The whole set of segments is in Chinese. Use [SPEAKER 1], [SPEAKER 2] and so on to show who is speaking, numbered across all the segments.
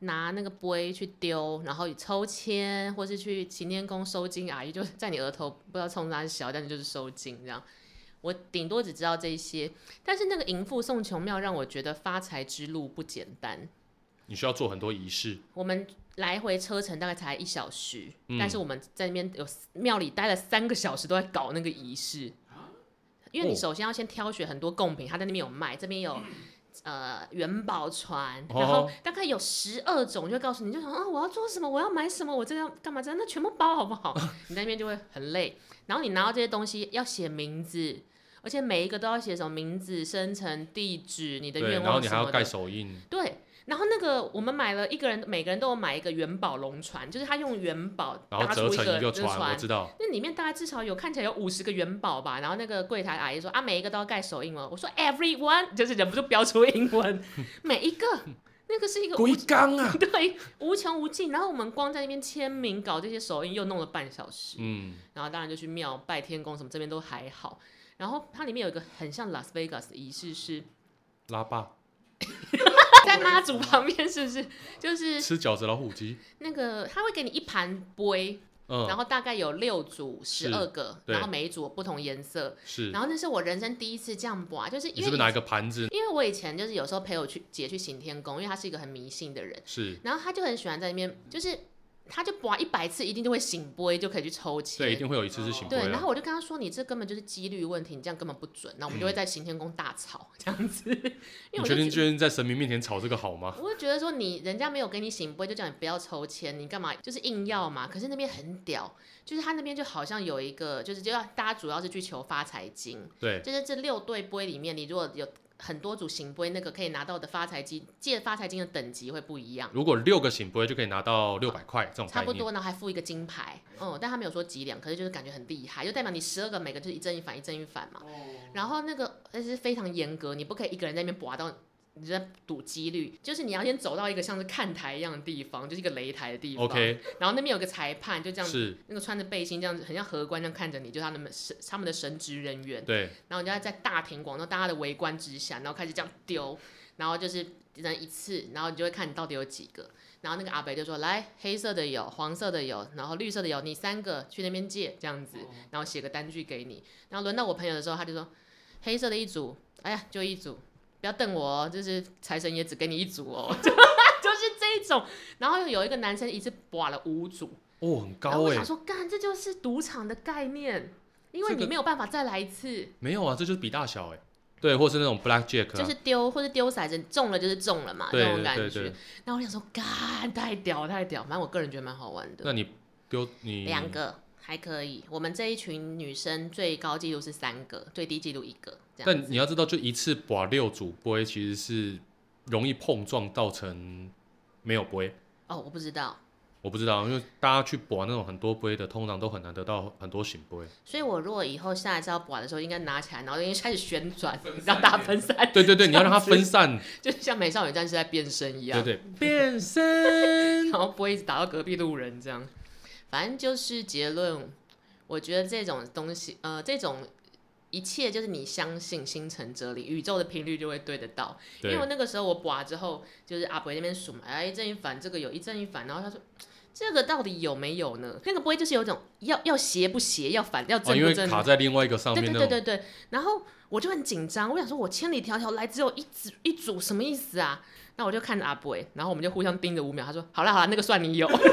[SPEAKER 1] 拿那个杯去丢，然后抽签，或是去擎天宫收金阿姨就在你额头，不知道从哪里小，但是就是收金这样。我顶多只知道这一些，但是那个淫妇送穷庙让我觉得发财之路不简单。
[SPEAKER 2] 你需要做很多仪式，
[SPEAKER 1] 我们来回车程大概才一小时，
[SPEAKER 2] 嗯
[SPEAKER 1] 但是我们在那边有庙里待了三个小时，都在搞那个仪式。因为你
[SPEAKER 2] 哦
[SPEAKER 1] 首先要先挑选很多贡品，他在那边有卖，这边 有呃元宝船，
[SPEAKER 2] 哦
[SPEAKER 1] 然后大概有十二种，就会告诉你，就想啊我要做什么，我要买什么，我这个要干嘛这样，那全部包好不 好？你在那边就会很累。然后你拿到这些东西要写名字，而且每一个都要写什么名字、生辰、地址、你的
[SPEAKER 2] 对，
[SPEAKER 1] 愿
[SPEAKER 2] 然后
[SPEAKER 1] 望
[SPEAKER 2] 你
[SPEAKER 1] 什
[SPEAKER 2] 还
[SPEAKER 1] 么
[SPEAKER 2] 要
[SPEAKER 1] 的
[SPEAKER 2] 盖。手印，
[SPEAKER 1] 对，然后那个我们买了一个人，每个人都有买一个元宝龙船，就是他用元宝
[SPEAKER 2] 然后
[SPEAKER 1] 搭
[SPEAKER 2] 折
[SPEAKER 1] 出
[SPEAKER 2] 成
[SPEAKER 1] 个
[SPEAKER 2] 一个
[SPEAKER 1] 就是
[SPEAKER 2] 船，我知道。
[SPEAKER 1] 那里面大概至少有看起来有五十个元宝吧，然后那个柜台阿姨说啊，每一个都要盖手印哦。我说 everyone，就是忍不住标出英 文，每一个，那个是一个无
[SPEAKER 2] 龟缸啊，
[SPEAKER 1] 对无穷无尽。然后我们光在那边签名搞这些手印，又弄了半小时。
[SPEAKER 2] 嗯，
[SPEAKER 1] 然后当然就去庙拜天公什么，这边都还好。然后它里面有一个很像 Las Vegas 的仪式 是，
[SPEAKER 2] 拉霸，
[SPEAKER 1] 在妈祖旁边，是不是？就是
[SPEAKER 2] 吃饺子老虎机，
[SPEAKER 1] 那个他会给你一盘杯，然
[SPEAKER 2] 嗯，
[SPEAKER 1] 后大概有六组十二个，
[SPEAKER 2] 对
[SPEAKER 1] 然后每一组有不同颜色。
[SPEAKER 2] 是，
[SPEAKER 1] 然后那是我人生第一次这样玩，就是
[SPEAKER 2] 你
[SPEAKER 1] 因
[SPEAKER 2] 是
[SPEAKER 1] 为
[SPEAKER 2] 不是拿一个盘子？
[SPEAKER 1] 因为我以前就是有时候陪我去姐去行天宫，因为她是一个很迷信的人，
[SPEAKER 2] 是，
[SPEAKER 1] 然后她就很喜欢在那边，就是她就玩一百次一定就会醒杯，就可以去抽
[SPEAKER 2] 对，一
[SPEAKER 1] 签。
[SPEAKER 2] 定会有一次是醒啊
[SPEAKER 1] 对，
[SPEAKER 2] 龟
[SPEAKER 1] 然
[SPEAKER 2] 了，
[SPEAKER 1] 后我就跟她说：“你这根本就是几率问题，你这样根本不准。”那我们就会在行天宫大吵这样子， 因为
[SPEAKER 2] 你
[SPEAKER 1] 我
[SPEAKER 2] 决
[SPEAKER 1] 就
[SPEAKER 2] 定
[SPEAKER 1] 觉
[SPEAKER 2] 决定在神明面前吵这个好吗？
[SPEAKER 1] 我就觉得说你人家没有给你醒杯，就叫你不要抽签，你干嘛就是硬要嘛？可是那边很屌，就是他那边就好像有一个，就是就要大家主要是去求发财金，
[SPEAKER 2] 对，
[SPEAKER 1] 就是这六对杯里面，你如果有很多组醒杯，那个可以拿到的发财金，借发财金的等级会不一样。
[SPEAKER 2] 如果六个醒杯就可以拿到六百块这种
[SPEAKER 1] 差
[SPEAKER 2] 概
[SPEAKER 1] 不
[SPEAKER 2] 念，
[SPEAKER 1] 多，然后还附一个金牌，嗯，但他没有说几两，可是就是感觉很厉害，就代表你十二个每个就是一正一反，一正一反嘛。然后那个但是非常严格，你不可以一个人在那边拔到，你在赌几率，就是你要先走到一个像是看台一样的地方，就是一个擂台的地方。
[SPEAKER 2] OK，
[SPEAKER 1] 然后那边有个裁判，就这样，
[SPEAKER 2] 是，
[SPEAKER 1] 那个穿着背心这样子，很像荷官这样看着你，就他们神他们的神职人员。
[SPEAKER 2] 对，
[SPEAKER 1] 然后你就要在大庭广众大家的围观之下，然后开始这样丢，然后就是只能一次，然后你就会看你到底有几个。然后那个阿北就说：“来，黑色的有，黄色的有，然后绿色的有，你三个去那边借这样子，
[SPEAKER 2] 哦
[SPEAKER 1] 然后写个单据给你。”然后轮到我朋友的时候，他就说：“黑色的一组，哎呀，就一组，不要瞪我哦，就是财神也只给你一组哦。” 就是这一种。然后有一个男生一次刮了五组，
[SPEAKER 2] 哦，很
[SPEAKER 1] 然后
[SPEAKER 2] 高
[SPEAKER 1] 我
[SPEAKER 2] 哎
[SPEAKER 1] 想，说，干，这就是赌场的概念，因为
[SPEAKER 2] 这个
[SPEAKER 1] 你没有办法再来一次。
[SPEAKER 2] 没有啊，这就是比大小哎，对，或是那种 black jack，
[SPEAKER 1] 就
[SPEAKER 2] 啊
[SPEAKER 1] 是丢或者丢骰子中了就是中了嘛，
[SPEAKER 2] 对
[SPEAKER 1] 那种
[SPEAKER 2] 对
[SPEAKER 1] 感
[SPEAKER 2] 对
[SPEAKER 1] 觉
[SPEAKER 2] 对。，
[SPEAKER 1] 然后我想说，干太屌了太屌，反正我个人觉得蛮好玩的。
[SPEAKER 2] 那你丢你
[SPEAKER 1] 两个还可以，我们这一群女生最高纪录是三个，最低纪录一个，这样
[SPEAKER 2] 但你要知道，就一次把六组杯其实是容易碰撞造成没有杯。
[SPEAKER 1] 哦，我不知道，
[SPEAKER 2] 我不知道，因为大家去把那种很多杯的，通常都很难得到很多醒杯。
[SPEAKER 1] 所以我如果以后下一次要玩的时候，应该拿起来，然后应该开始旋转，让大家分散，
[SPEAKER 2] 对对对，你要让它
[SPEAKER 1] 这样
[SPEAKER 2] 分散，
[SPEAKER 1] 就像美少女战士在变身一样
[SPEAKER 2] 对，对，变 身。
[SPEAKER 1] 然后不会一直打到隔壁路人这样。反正就是结论，我觉得这种东西，呃，这种一切就是你相信心诚则灵，宇宙的频率就会对得到。因为我
[SPEAKER 2] 对，
[SPEAKER 1] 那个时候我拔之后，就是阿伯那边数嘛，哎，一正一反，这个有一正一反，然后他说。这个到底有没有呢？那个不会就是有一种要要斜不斜，要反要
[SPEAKER 2] 哦，
[SPEAKER 1] 正
[SPEAKER 2] 因
[SPEAKER 1] 不
[SPEAKER 2] 为
[SPEAKER 1] 正、
[SPEAKER 2] 卡在另外一个上
[SPEAKER 1] 对
[SPEAKER 2] 面
[SPEAKER 1] 对
[SPEAKER 2] 那
[SPEAKER 1] 对
[SPEAKER 2] 种，
[SPEAKER 1] 对对，然后我就很紧张，我想说，我千里迢迢来只有一组一组，什么意思啊？那我就看着阿伯，欸然后我们就互相盯着五秒。他说：“好啦好啦，那个算你有。”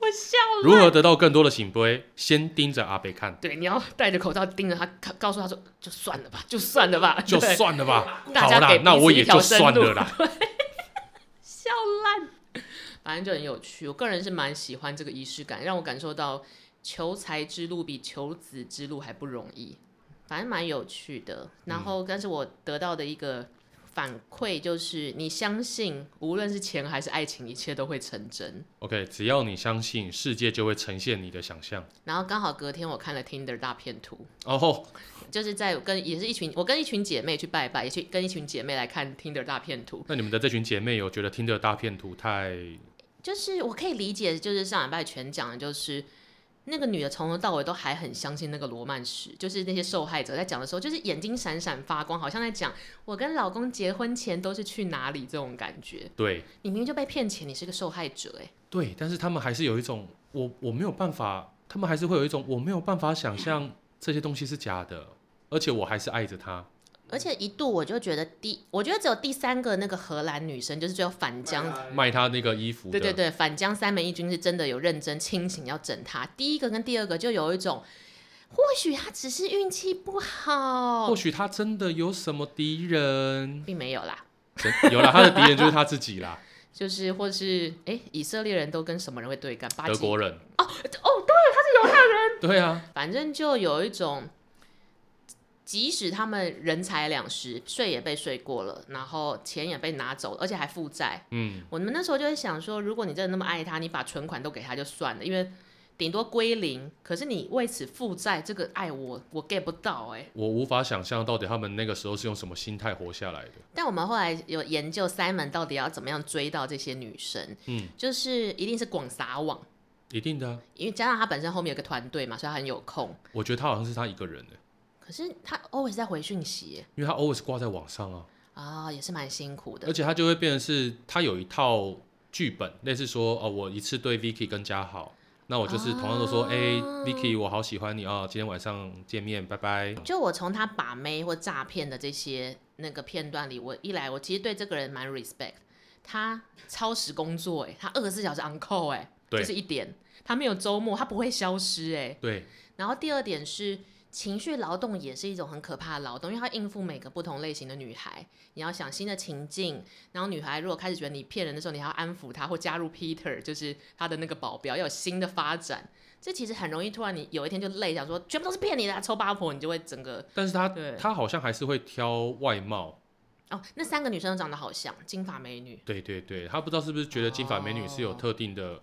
[SPEAKER 1] 我笑了。
[SPEAKER 2] 如何得到更多的醒杯？先盯着阿 北看，
[SPEAKER 1] 对，你要戴着口罩盯着他，告告诉他说：“就算了吧，就算了吧，
[SPEAKER 2] 就
[SPEAKER 1] 对
[SPEAKER 2] 算了吧。
[SPEAKER 1] 大家
[SPEAKER 2] 好啦
[SPEAKER 1] 给，彼
[SPEAKER 2] 那
[SPEAKER 1] 此
[SPEAKER 2] 我
[SPEAKER 1] 一
[SPEAKER 2] 也
[SPEAKER 1] 条
[SPEAKER 2] 就
[SPEAKER 1] 生
[SPEAKER 2] 算
[SPEAKER 1] 路
[SPEAKER 2] 了啦。
[SPEAKER 1] 笑烂。”反正就很有趣，我个人是蛮喜欢这个仪式感，让我感受到求财之路比求子之路还不容易。反正蛮有趣的。然后，但是我得到的一个反馈就是，你相信无论是钱还是爱情，一切都会成真。
[SPEAKER 2] OK，只要你相信，世界就会呈现你的想象。
[SPEAKER 1] 然后刚好隔天我看了 Tinder 大片图，
[SPEAKER 2] 哦，
[SPEAKER 1] 就是在跟也是一群我跟一群姐妹去拜拜，也去跟一群姐妹来看 Tinder 大片图。
[SPEAKER 2] 那你们的这群姐妹有觉得听的大片图太
[SPEAKER 1] 就是我可以理解，就是上礼拜全讲的就是那个女的从头到尾都还很相信那个罗曼史，就是那些受害者在讲的时候，就是眼睛闪闪发光，好像在讲我跟老公结婚前都是去哪里这种感觉。
[SPEAKER 2] 对
[SPEAKER 1] 你明明就被骗钱，你是个受害者、欸，
[SPEAKER 2] 对，但是他们还是有一种我我没有办法，他们还是会有一种我没有办法想象这些东西是假的，而且我还是爱着他。
[SPEAKER 1] 而且一度我就觉得第，我觉得只有第三个那个荷兰女生，就是最后反将
[SPEAKER 2] 卖他那个衣服
[SPEAKER 1] 对
[SPEAKER 2] 的，
[SPEAKER 1] 对对，反将三门一军是真的有认真清醒要整他。第一个跟第二个就有一种，或许他只是运气不好哦
[SPEAKER 2] 或，许他真的有什么敌人，
[SPEAKER 1] 并没有啦，
[SPEAKER 2] 真有了他的敌人就是他自己啦，
[SPEAKER 1] 就是或是哎，以色列人都跟什么人会对干？巴
[SPEAKER 2] 德
[SPEAKER 1] 基
[SPEAKER 2] 国人。
[SPEAKER 1] 哦，
[SPEAKER 2] 对啊，
[SPEAKER 1] 反正就有一种，即使他们人财两失，税也被税过了，然后钱也被拿走了，而且还负债。
[SPEAKER 2] 嗯，
[SPEAKER 1] 我们那时候就会想说，如果你真的那么爱他，你把存款都给他就算了，因为顶多归零。可是你为此负债，这个爱我我 get 不到哎、
[SPEAKER 2] 我无法想象到底他们那个时候是用什么心态活下来的。
[SPEAKER 1] 但我们后来有研究 Simon 到底要怎么样追到这些女生，
[SPEAKER 2] 嗯，
[SPEAKER 1] 就是一定是广撒网，
[SPEAKER 2] 一定的啊、
[SPEAKER 1] 因为加上他本身后面有个团队嘛，所以他很有空。
[SPEAKER 2] 我觉得他好像是他一个人的，
[SPEAKER 1] 可是他 always 在回讯息耶
[SPEAKER 2] 因为他 always 挂在网上啊，
[SPEAKER 1] 啊、也是蛮辛苦的
[SPEAKER 2] 而。且他就会变成是他有一套剧本，类似说哦，我一次对 Vicky 跟嘉豪，那我就是同样都说，
[SPEAKER 1] 啊
[SPEAKER 2] 哎、v i c k y 我好喜欢你哦，今天晚上见面，拜拜。
[SPEAKER 1] 就我从他把妹或诈骗的这些那个片段里，我一来我其实对这个人蛮 respect，他超时工作哎、他二十四小时 on call 哎、
[SPEAKER 2] 对
[SPEAKER 1] 这是一点，他没有周末，他不会消失哎、
[SPEAKER 2] 对，
[SPEAKER 1] 然后第二点是情绪劳动也是一种很可怕的劳动，因为它应付每个不同类型的女孩，你要想新的情境，然后女孩如果开始觉得你骗人的时候，你还要安抚她或加入 Peter，就是她的那个保镖，要有新的发展。这其实很容易，突然你有一天就累，想说全部都是骗你的啊、抽八婆，你就会整个
[SPEAKER 2] 但是他
[SPEAKER 1] 对
[SPEAKER 2] 他好像还是会挑外貌，
[SPEAKER 1] 哦。那三个女生都长得好像，金发美女。
[SPEAKER 2] 对对对，他不知道是不是觉得金发美女是有
[SPEAKER 1] 哦
[SPEAKER 2] 特定的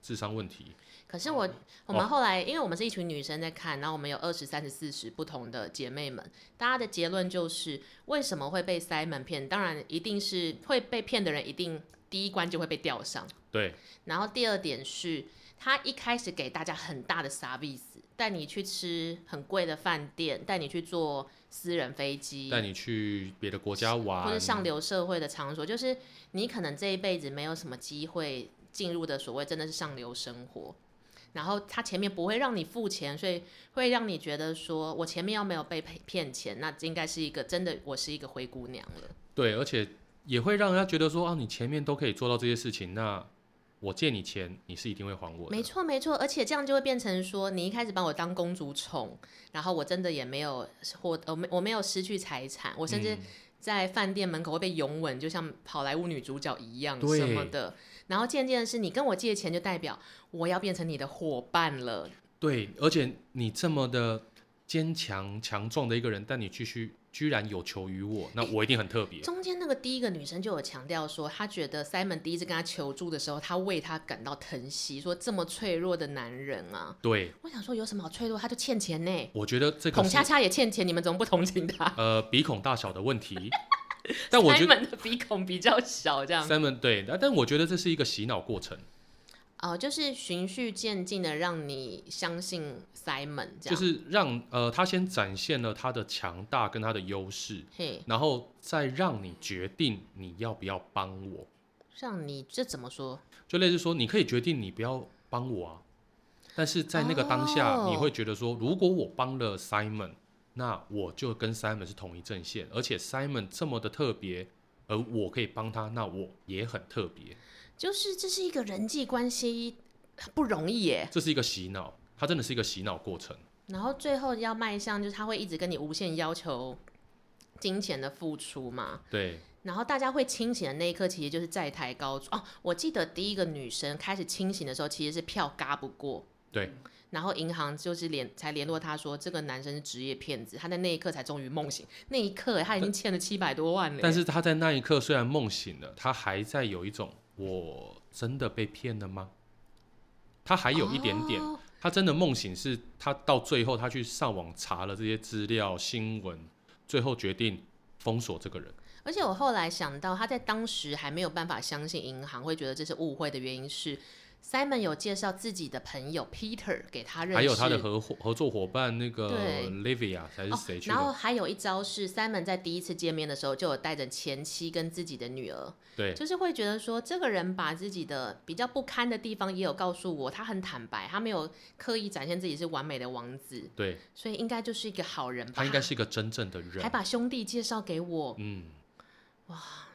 [SPEAKER 2] 智商问题，
[SPEAKER 1] 可是我我们后来，因为我们是一群女生在看，然后我们有二十三、十四十不同的姐妹们，大家的结论就是为什么会被塞门骗？当然，一定是会被骗的人，一定第一关就会被钓上。
[SPEAKER 2] 对，
[SPEAKER 1] 然后第二点是，他一开始给大家很大的 service，带你去吃很贵的饭店，带你去坐私人飞机，
[SPEAKER 2] 带你去别的国家玩，
[SPEAKER 1] 或是上流社会的场所，就是你可能这一辈子没有什么机会进入的所谓真的是上流生活。然后他前面不会让你付钱，所以会让你觉得说，我前面要没有被骗骗钱，那应该是一个真的，我是一个灰姑娘了。
[SPEAKER 2] 对，而且也会让人家觉得说啊，你前面都可以做到这些事情，那我借你钱，你是一定会还我的。
[SPEAKER 1] 没错，没错，而且这样就会变成说，你一开始把我当公主宠，然后我真的也没有获，我没我没有失去财产，我甚至
[SPEAKER 2] 嗯
[SPEAKER 1] 在饭店门口会被拥吻，就像好莱坞女主角一样
[SPEAKER 2] 对
[SPEAKER 1] 什么的。然后渐渐的是，你跟我借钱，就代表我要变成你的伙伴了。
[SPEAKER 2] 对，而且你这么的坚强强壮的一个人，但你继续居然有求于我， 那我一定很特别。
[SPEAKER 1] 中间那个第一个女生就有强调说，她觉得 Simon 第一次跟她求助的时候，她为她感到疼惜，说这么脆弱的男人啊，
[SPEAKER 2] 对，
[SPEAKER 1] 我想说有什么好脆弱，他就欠钱呢。
[SPEAKER 2] 我觉得这个
[SPEAKER 1] 孔
[SPEAKER 2] 是
[SPEAKER 1] 恰恰也欠钱，你们怎么不同情他？
[SPEAKER 2] 呃鼻孔大小的问 题，但我觉得
[SPEAKER 1] Simon 的鼻孔比较小，这样
[SPEAKER 2] Simon 对，但但我觉得这是一个洗脑过程，
[SPEAKER 1] 哦、就是循序渐进的让你相信 Simon 这样，
[SPEAKER 2] 就是让呃他先展现了他的强大跟他的优势，
[SPEAKER 1] 嘿，
[SPEAKER 2] 然后再让你决定你要不要帮我。
[SPEAKER 1] 让你这怎么说？
[SPEAKER 2] 就类似说，你可以决定你不要帮我啊，但是在那个当下，
[SPEAKER 1] 哦
[SPEAKER 2] 你会觉得说，如果我帮了 Simon，那我就跟 Simon 是同一阵线，而且 Simon 这么的特别，而我可以帮他，那我也很特别。
[SPEAKER 1] 就是这是一个人际关系不容易耶，
[SPEAKER 2] 这是一个洗脑，它真的是一个洗脑过程。
[SPEAKER 1] 然后最后要迈向就是他会一直跟你无限要求金钱的付出嘛。
[SPEAKER 2] 对，
[SPEAKER 1] 然后大家会清醒的那一刻，其实就是债台高筑哦。我记得第一个女生开始清醒的时候，其实是票嘎不过，
[SPEAKER 2] 对，
[SPEAKER 1] 然后银行就是联才联络他说这个男生是职业骗子，他在那一刻才终于梦醒。那一刻欸他已经欠了七百多万了耶，欸
[SPEAKER 2] 但是他在那一刻虽然梦醒了，他还在有一种我真的被骗了吗？他还有一点点，
[SPEAKER 1] 哦
[SPEAKER 2] 他真的梦醒是他到最后他去上网查了这些资料、新闻，最后决定封锁这个人。
[SPEAKER 1] 而且我后来想到，他在当时还没有办法相信银行，会觉得这是误会的原因是， Simon 有介绍自己的朋友 Peter 给他认识，
[SPEAKER 2] 还有他的合伙合作伙伴那个
[SPEAKER 1] 对
[SPEAKER 2] Livia 还是
[SPEAKER 1] 哦
[SPEAKER 2] 谁去的？
[SPEAKER 1] 然后还有一招是，Simon 在第一次见面的时候就有带着前妻跟自己的女儿，
[SPEAKER 2] 对，
[SPEAKER 1] 就是会觉得说，这个人把自己的比较不堪的地方也有告诉我，他很坦白，他没有刻意展现自己是完美的王子，
[SPEAKER 2] 对
[SPEAKER 1] 所以应该就是一个好人吧。
[SPEAKER 2] 他应该是一个真正的
[SPEAKER 1] 啊还
[SPEAKER 2] 人，
[SPEAKER 1] 把兄弟介绍给我，
[SPEAKER 2] 嗯，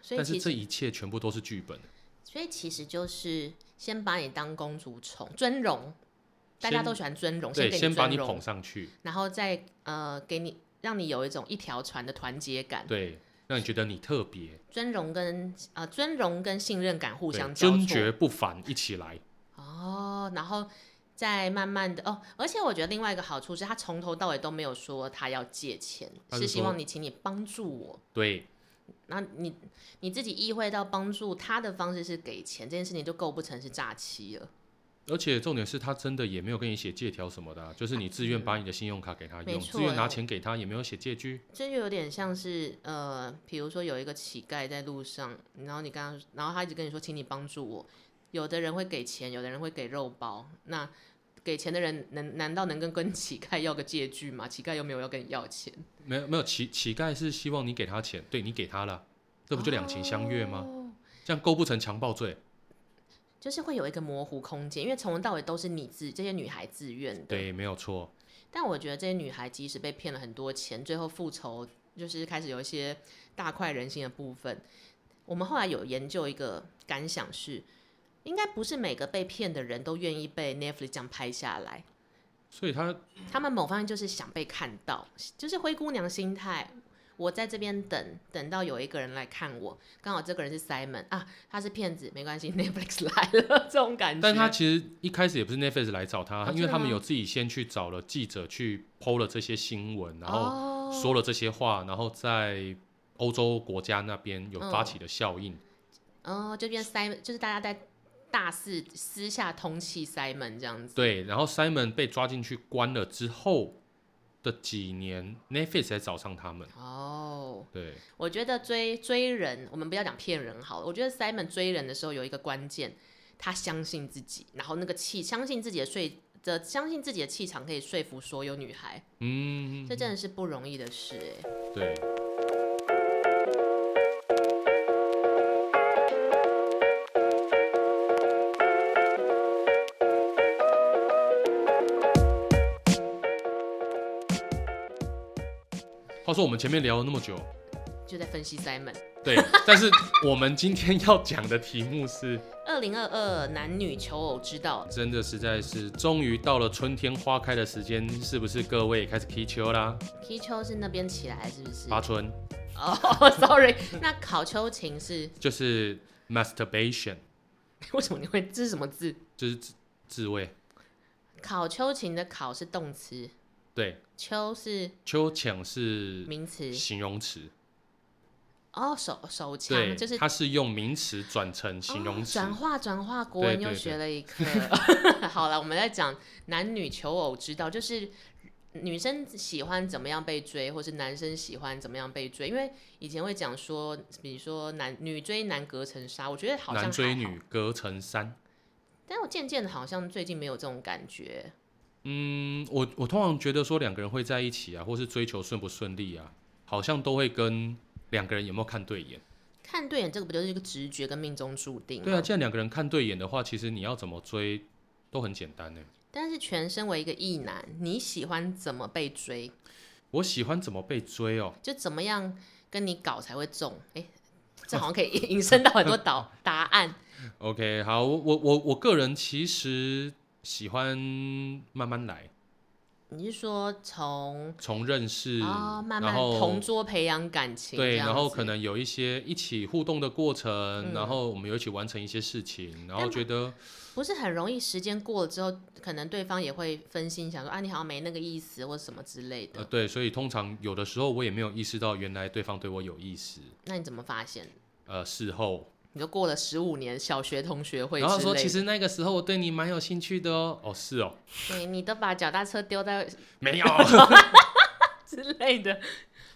[SPEAKER 1] 所以
[SPEAKER 2] 但是
[SPEAKER 1] 其实
[SPEAKER 2] 这一切全部都是剧本，
[SPEAKER 1] 所以其实就是先把你当公主宠，尊荣，大家
[SPEAKER 2] 先
[SPEAKER 1] 都喜欢尊荣，
[SPEAKER 2] 对，
[SPEAKER 1] 给
[SPEAKER 2] 先把
[SPEAKER 1] 尊
[SPEAKER 2] 你
[SPEAKER 1] 荣
[SPEAKER 2] 捧，上去，
[SPEAKER 1] 然后再呃给你让你有一种一条船的团结感，
[SPEAKER 2] 对，让你觉得你特别，
[SPEAKER 1] 尊荣跟呃尊荣跟信任感互
[SPEAKER 2] 对
[SPEAKER 1] 相交错
[SPEAKER 2] 尊爵不凡，一起来，
[SPEAKER 1] 哦，然后再慢慢的哦，而且我觉得另外一个好处是他从头到尾都没有说他要借钱，
[SPEAKER 2] 他
[SPEAKER 1] 是
[SPEAKER 2] 就
[SPEAKER 1] 希
[SPEAKER 2] 说
[SPEAKER 1] 望你请你帮助我。
[SPEAKER 2] 对
[SPEAKER 1] 那你你自己意会到帮助他的方式是给钱这件事情就构不成是诈欺了，
[SPEAKER 2] 而且重点是他真的也没有跟你写借条什么的啊、就是你自愿把你的信用卡给他
[SPEAKER 1] 没
[SPEAKER 2] 用，
[SPEAKER 1] 错
[SPEAKER 2] 自愿拿钱给他，也没有写借据。
[SPEAKER 1] 这就有点像是呃，比如说有一个乞丐在路上，然后你跟他，然后他一直跟你说请你帮助我，有的人会给钱，有的人会给肉包，那。给钱的人能难道能跟跟乞丐要个借据吗？乞丐又没有要跟你要钱，
[SPEAKER 2] 没有没有乞乞丐是希望你给他钱，对你给他了，这不就两情相悦吗？
[SPEAKER 1] 哦
[SPEAKER 2] 这样构不成强暴罪。
[SPEAKER 1] 就是会有一个模糊空间，因为从头到尾都是你自这些女孩自愿的。
[SPEAKER 2] 对，没有错。
[SPEAKER 1] 但我觉得这些女孩即使被骗了很多钱，最后复仇就是开始有一些大快人心的部分。我们后来有研究一个感想是，应该不是每个被骗的人都愿意被 Netflix 这样拍下来，
[SPEAKER 2] 所以他
[SPEAKER 1] 他们某方面就是想被看到，就是灰姑娘心态。我在这边等，等到有一个人来看我，刚好这个人是 Simon 啊，他是骗子，没关系，Netflix 来了，这种感觉。
[SPEAKER 2] 但他其实一开始也不是 Netflix 来找他，
[SPEAKER 1] 啊
[SPEAKER 2] 因为
[SPEAKER 1] 真
[SPEAKER 2] 他
[SPEAKER 1] 的
[SPEAKER 2] 们
[SPEAKER 1] 吗
[SPEAKER 2] 有自己先去找了记者去剖了这些新闻，然后
[SPEAKER 1] 哦
[SPEAKER 2] 说了这些话，然后在欧洲国家那边有发
[SPEAKER 1] 嗯
[SPEAKER 2] 起的效应。
[SPEAKER 1] 哦，就变 Simon，就是大家在大肆私下通气 Simon 这样子。
[SPEAKER 2] 对，然后 Simon 被抓进去关了之后的几年，Netflix 才找上他们。
[SPEAKER 1] 哦，
[SPEAKER 2] 对，
[SPEAKER 1] 我觉得追追人，我们不要讲骗人好了。我觉得 Simon 追人的时候有一个关键，他相信自己，然后那个气，相信自己的睡的，相信自己的气场可以说服所有女孩，
[SPEAKER 2] 嗯，
[SPEAKER 1] 这真的是不容易的事哎、
[SPEAKER 2] 对。话说我们前面聊了那么久，
[SPEAKER 1] 就在分析 Simon。
[SPEAKER 2] 对，但是我们今天要讲的题目是，
[SPEAKER 1] 二零二二男女求偶之道，
[SPEAKER 2] 真的实在是终于到了春天花开的时间，是不是各位开始踢球啦？
[SPEAKER 1] 皮丘是那边起来是不是？
[SPEAKER 2] 发春
[SPEAKER 1] 哦、s o r r y 那考秋情是
[SPEAKER 2] 就是 masturbation，
[SPEAKER 1] 为什么你会这是什么字？
[SPEAKER 2] 就是自自慰，
[SPEAKER 1] 考秋情的考是动词，
[SPEAKER 2] 对，
[SPEAKER 1] 秋是
[SPEAKER 2] 秋抢是
[SPEAKER 1] 名词。
[SPEAKER 2] 形容词，
[SPEAKER 1] 哦，手手
[SPEAKER 2] 对，
[SPEAKER 1] 枪就是
[SPEAKER 2] 它是用名词转成形容
[SPEAKER 1] 哦
[SPEAKER 2] 词，
[SPEAKER 1] 转化转化国
[SPEAKER 2] 对
[SPEAKER 1] 文
[SPEAKER 2] 对
[SPEAKER 1] 又
[SPEAKER 2] 对
[SPEAKER 1] 学了一课。 好了，我们在讲男女求偶之道，就是女生喜欢怎么样被追，或是男生喜欢怎么样被追。因为以前会讲说，比如说男女追男隔层纱，我觉得好像
[SPEAKER 2] 男追
[SPEAKER 1] 还好
[SPEAKER 2] 女，隔层山。
[SPEAKER 1] 但我渐渐的好像最近没有这种感觉。
[SPEAKER 2] 嗯，我我通常觉得说两个人会在一起啊，或是追求顺不顺利啊，好像都会跟两个人有没有看对眼。
[SPEAKER 1] 看对眼这个不就是一个直觉跟命中注定吗？
[SPEAKER 2] 对啊，既然两个人看对眼的话，其实你要怎么追都很简单呢。
[SPEAKER 1] 但是全身为一个异男，你喜欢怎么被追，
[SPEAKER 2] 我喜欢怎么被追哦，
[SPEAKER 1] 就怎么样跟你搞才会中。哎、 这好像可以引申到很多答答案。
[SPEAKER 2] OK，好，我我我我个人其实喜欢慢慢来，
[SPEAKER 1] 你是说从
[SPEAKER 2] 从认识，
[SPEAKER 1] 哦慢慢
[SPEAKER 2] 然后
[SPEAKER 1] 同桌培养感情这
[SPEAKER 2] 对，
[SPEAKER 1] 样子，
[SPEAKER 2] 然后可能有一些一起互动的过程，
[SPEAKER 1] 嗯
[SPEAKER 2] 然后我们有一起完成一些事情，然后
[SPEAKER 1] 但
[SPEAKER 2] 觉得
[SPEAKER 1] 不是很容易。时间过了之后，可能对方也会分心，想说啊，你好像没那个意思或什么之类的。
[SPEAKER 2] 呃对，所以通常有的时候我也没有意识到原来对方对我有意思，
[SPEAKER 1] 那你怎么发现？
[SPEAKER 2] 呃，事后
[SPEAKER 1] 你就过了十五年小学同学会之
[SPEAKER 2] 然
[SPEAKER 1] 类的，
[SPEAKER 2] 后说其实那个时候我对你蛮有兴趣的哦，哦是哦，
[SPEAKER 1] 对你都把脚踏车丢在
[SPEAKER 2] 没 有，
[SPEAKER 1] 之类的。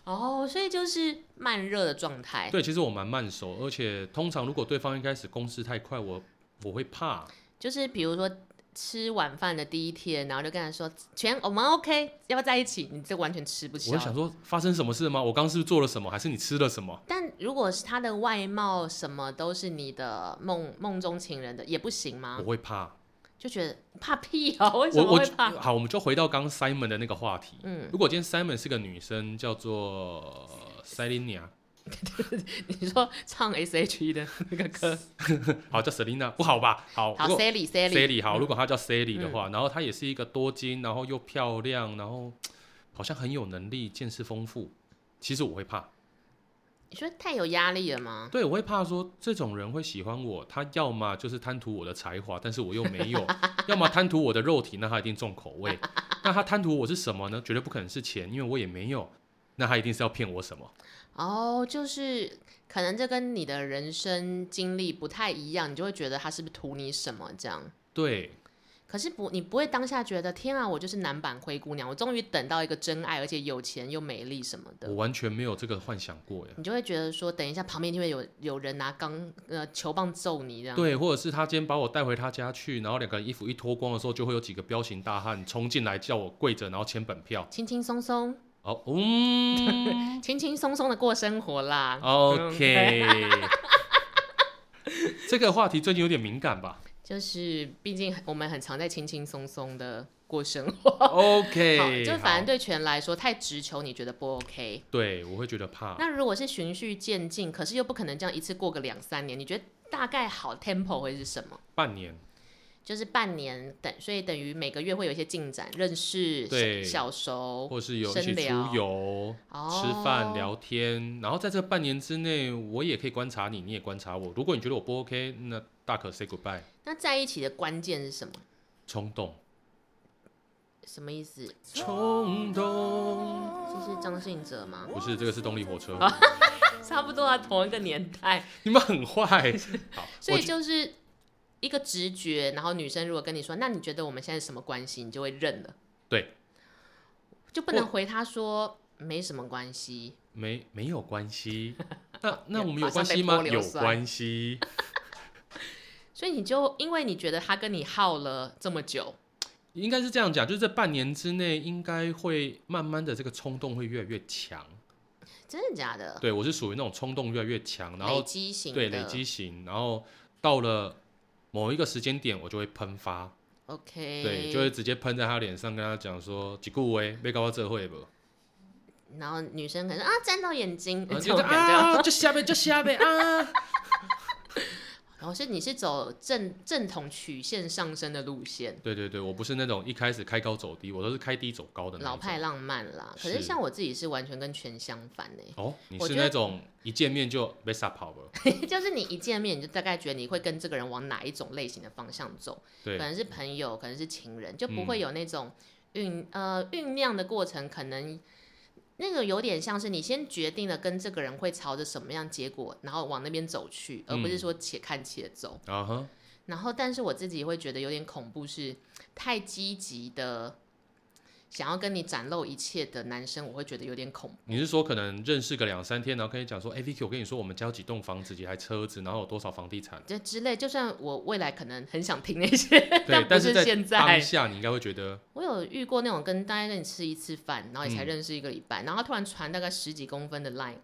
[SPEAKER 1] 哦，所以就是慢热的状态。
[SPEAKER 2] 对，其实我蛮慢熟，而且通常如果对方一开始攻势太快，我我会怕，
[SPEAKER 1] 就是比如说吃晚饭的第一天，然后就跟他说全我们 OK，要不要在一起？你这完全吃不
[SPEAKER 2] 我
[SPEAKER 1] 消
[SPEAKER 2] 就。想说，发生什么事了吗？我刚刚是不是做了什么，还是你吃了什么？
[SPEAKER 1] 但如果是他的外貌什么都是你的梦梦中情人的，也不行吗
[SPEAKER 2] 我？会怕，
[SPEAKER 1] 就觉得怕屁哦、为什
[SPEAKER 2] 我
[SPEAKER 1] 么
[SPEAKER 2] 我
[SPEAKER 1] 会怕？
[SPEAKER 2] 好，我们就回到刚刚 Simon 的那个话题。
[SPEAKER 1] 嗯，
[SPEAKER 2] 如果今天 Simon 是个女生，叫做 Selina，
[SPEAKER 1] 你说唱 S H E 的那个歌，
[SPEAKER 2] 好叫 Selina，不哦好吧？好，
[SPEAKER 1] 好
[SPEAKER 2] 如果
[SPEAKER 1] Sally 嗯 Sally，
[SPEAKER 2] Sally 好，如果她叫 Sally 的话，然后她也是一个多金，然后又漂亮，然后好像很有能力，见识丰富。其实我会怕，
[SPEAKER 1] 你说太有压力了吗？
[SPEAKER 2] 对我会怕说这种人会喜欢我，他要么就是贪图我的才华，但是我又没有；要么贪图我的肉体，那他一定重口味。那他贪图我是什么呢？绝对不可能是钱，因为我也没有。那他一定是要骗我什么？
[SPEAKER 1] 哦，就是可能这跟你的人生经历不太一样，你就会觉得他是不是图你什么这样。
[SPEAKER 2] 对，
[SPEAKER 1] 可是不，你不会当下觉得天啊，我就是男版灰姑娘，我终于等到一个真爱，而且有钱又美丽什么
[SPEAKER 2] 我
[SPEAKER 1] 的，
[SPEAKER 2] 完全没有这个幻想过耶。
[SPEAKER 1] 你就会觉得说，等一下旁边一定会有有人拿钢呃球棒揍你这样。
[SPEAKER 2] 对，或者是他今天把我带回他家去，然后两个人衣服一脱光的时候，就会有几个彪形大汉冲进来叫我跪着，然后签本票。
[SPEAKER 1] 轻轻松松，
[SPEAKER 2] 哦，嗯
[SPEAKER 1] 轻轻松松的过生活啦。
[SPEAKER 2] ，OK，这个话题最近有点敏感吧
[SPEAKER 1] 就是毕竟我们很常在轻轻松松的过生活。 好
[SPEAKER 2] ？OK，
[SPEAKER 1] 就反正
[SPEAKER 2] 好
[SPEAKER 1] 对全来说太直球，你觉得不 OK？
[SPEAKER 2] 对，我会觉得怕。
[SPEAKER 1] 那如果是循序渐进，可是又不可能这样一次过个两三年，你觉得大概好 tempo 会是什么？
[SPEAKER 2] 半年，
[SPEAKER 1] 就是半年等，所以等于每个月会有一些进展，认识、
[SPEAKER 2] 对
[SPEAKER 1] 小小熟，
[SPEAKER 2] 或是有一起
[SPEAKER 1] 哦深聊
[SPEAKER 2] 出游、
[SPEAKER 1] 哦，
[SPEAKER 2] 吃饭、。聊天，然后在这半年之内，我也可以观察你，你也观察我。如果你觉得我不 OK，那大可 say goodbye。
[SPEAKER 1] 那在一起的关键是什么？
[SPEAKER 2] 冲动，
[SPEAKER 1] 什么意思？
[SPEAKER 2] 冲动。
[SPEAKER 1] 这是张信哲吗？
[SPEAKER 2] 不是，这个是动力火车。
[SPEAKER 1] 哦差不多啊，同一个年代，
[SPEAKER 2] 你们很坏。好，
[SPEAKER 1] 所以
[SPEAKER 2] 我
[SPEAKER 1] 就是一个直觉。然后女生如果跟你说，那你觉得我们现在是什么关系？你就会认了。
[SPEAKER 2] 对，
[SPEAKER 1] 就不能回他说没什么关系。
[SPEAKER 2] 没没有 关系。那那
[SPEAKER 1] 马
[SPEAKER 2] 我们有关系
[SPEAKER 1] 马上
[SPEAKER 2] 吗？
[SPEAKER 1] 被泼
[SPEAKER 2] 有
[SPEAKER 1] 硫酸
[SPEAKER 2] 关系。
[SPEAKER 1] 所以你就因为你觉得他跟你耗了这么久，
[SPEAKER 2] 应该是这样讲，就是这半年之内，应该会慢慢的这个冲动会越来越强。
[SPEAKER 1] 真的假的？
[SPEAKER 2] 对我是属于那种冲动越来越强，然
[SPEAKER 1] 累
[SPEAKER 2] 后
[SPEAKER 1] 积型的
[SPEAKER 2] 对累积型，然后到了某一个时间点，我就会喷发，
[SPEAKER 1] ，OK，
[SPEAKER 2] 对，就会直接喷在他脸上，跟他讲说几顾威被告到这会不？
[SPEAKER 1] 然后女生可能啊沾到眼睛、
[SPEAKER 2] 然后
[SPEAKER 1] 这
[SPEAKER 2] 就
[SPEAKER 1] 种
[SPEAKER 2] 是
[SPEAKER 1] 感觉，
[SPEAKER 2] 啊，就下呗，就下呗啊。
[SPEAKER 1] 然后是你是走正正统曲线上升的路线，
[SPEAKER 2] 对对对，我不是那种一开始开高走低，我都是开低走高的那一
[SPEAKER 1] 老
[SPEAKER 2] 种。
[SPEAKER 1] 派浪漫啦。可
[SPEAKER 2] 嗯是
[SPEAKER 1] 是像我自己是完全跟全相反 呢、
[SPEAKER 2] 哦，你
[SPEAKER 1] 我
[SPEAKER 2] 是
[SPEAKER 1] 觉
[SPEAKER 2] 那
[SPEAKER 1] 得
[SPEAKER 2] 种一见面就被吓跑了。
[SPEAKER 1] 就是你一见面你就大概觉得你会跟这个人往哪一种类型的方向走，可
[SPEAKER 2] 对，
[SPEAKER 1] 能是朋友，可能是情人，就不
[SPEAKER 2] 嗯
[SPEAKER 1] 会有那种酝、呃酝酿的过程，可能那个有点像是你先决定了跟这个人会朝着什么样结果，然后往那边走去，而不是
[SPEAKER 2] 嗯
[SPEAKER 1] 说且看且走。
[SPEAKER 2] 啊哈，
[SPEAKER 1] 然后，但是我自己会觉得有点恐怖是，太积极的想要跟你展露一切的男生，我会觉得有点恐怖。
[SPEAKER 2] 你是说可能认识个两三天，然后跟你讲说，哎、v i c k y 我跟你说，我们家有几栋房子，几台车子，然后有多少房地产？
[SPEAKER 1] 这之类，就算我未来可能很想听那些，
[SPEAKER 2] 对，
[SPEAKER 1] 不
[SPEAKER 2] 但
[SPEAKER 1] 是
[SPEAKER 2] 在
[SPEAKER 1] 现
[SPEAKER 2] 当下，你应该会觉得，
[SPEAKER 1] 我有遇过那种跟大家跟你吃一次饭，然后也才
[SPEAKER 2] 嗯
[SPEAKER 1] 认识一个礼拜，然后他突然传大概十几公分的 line，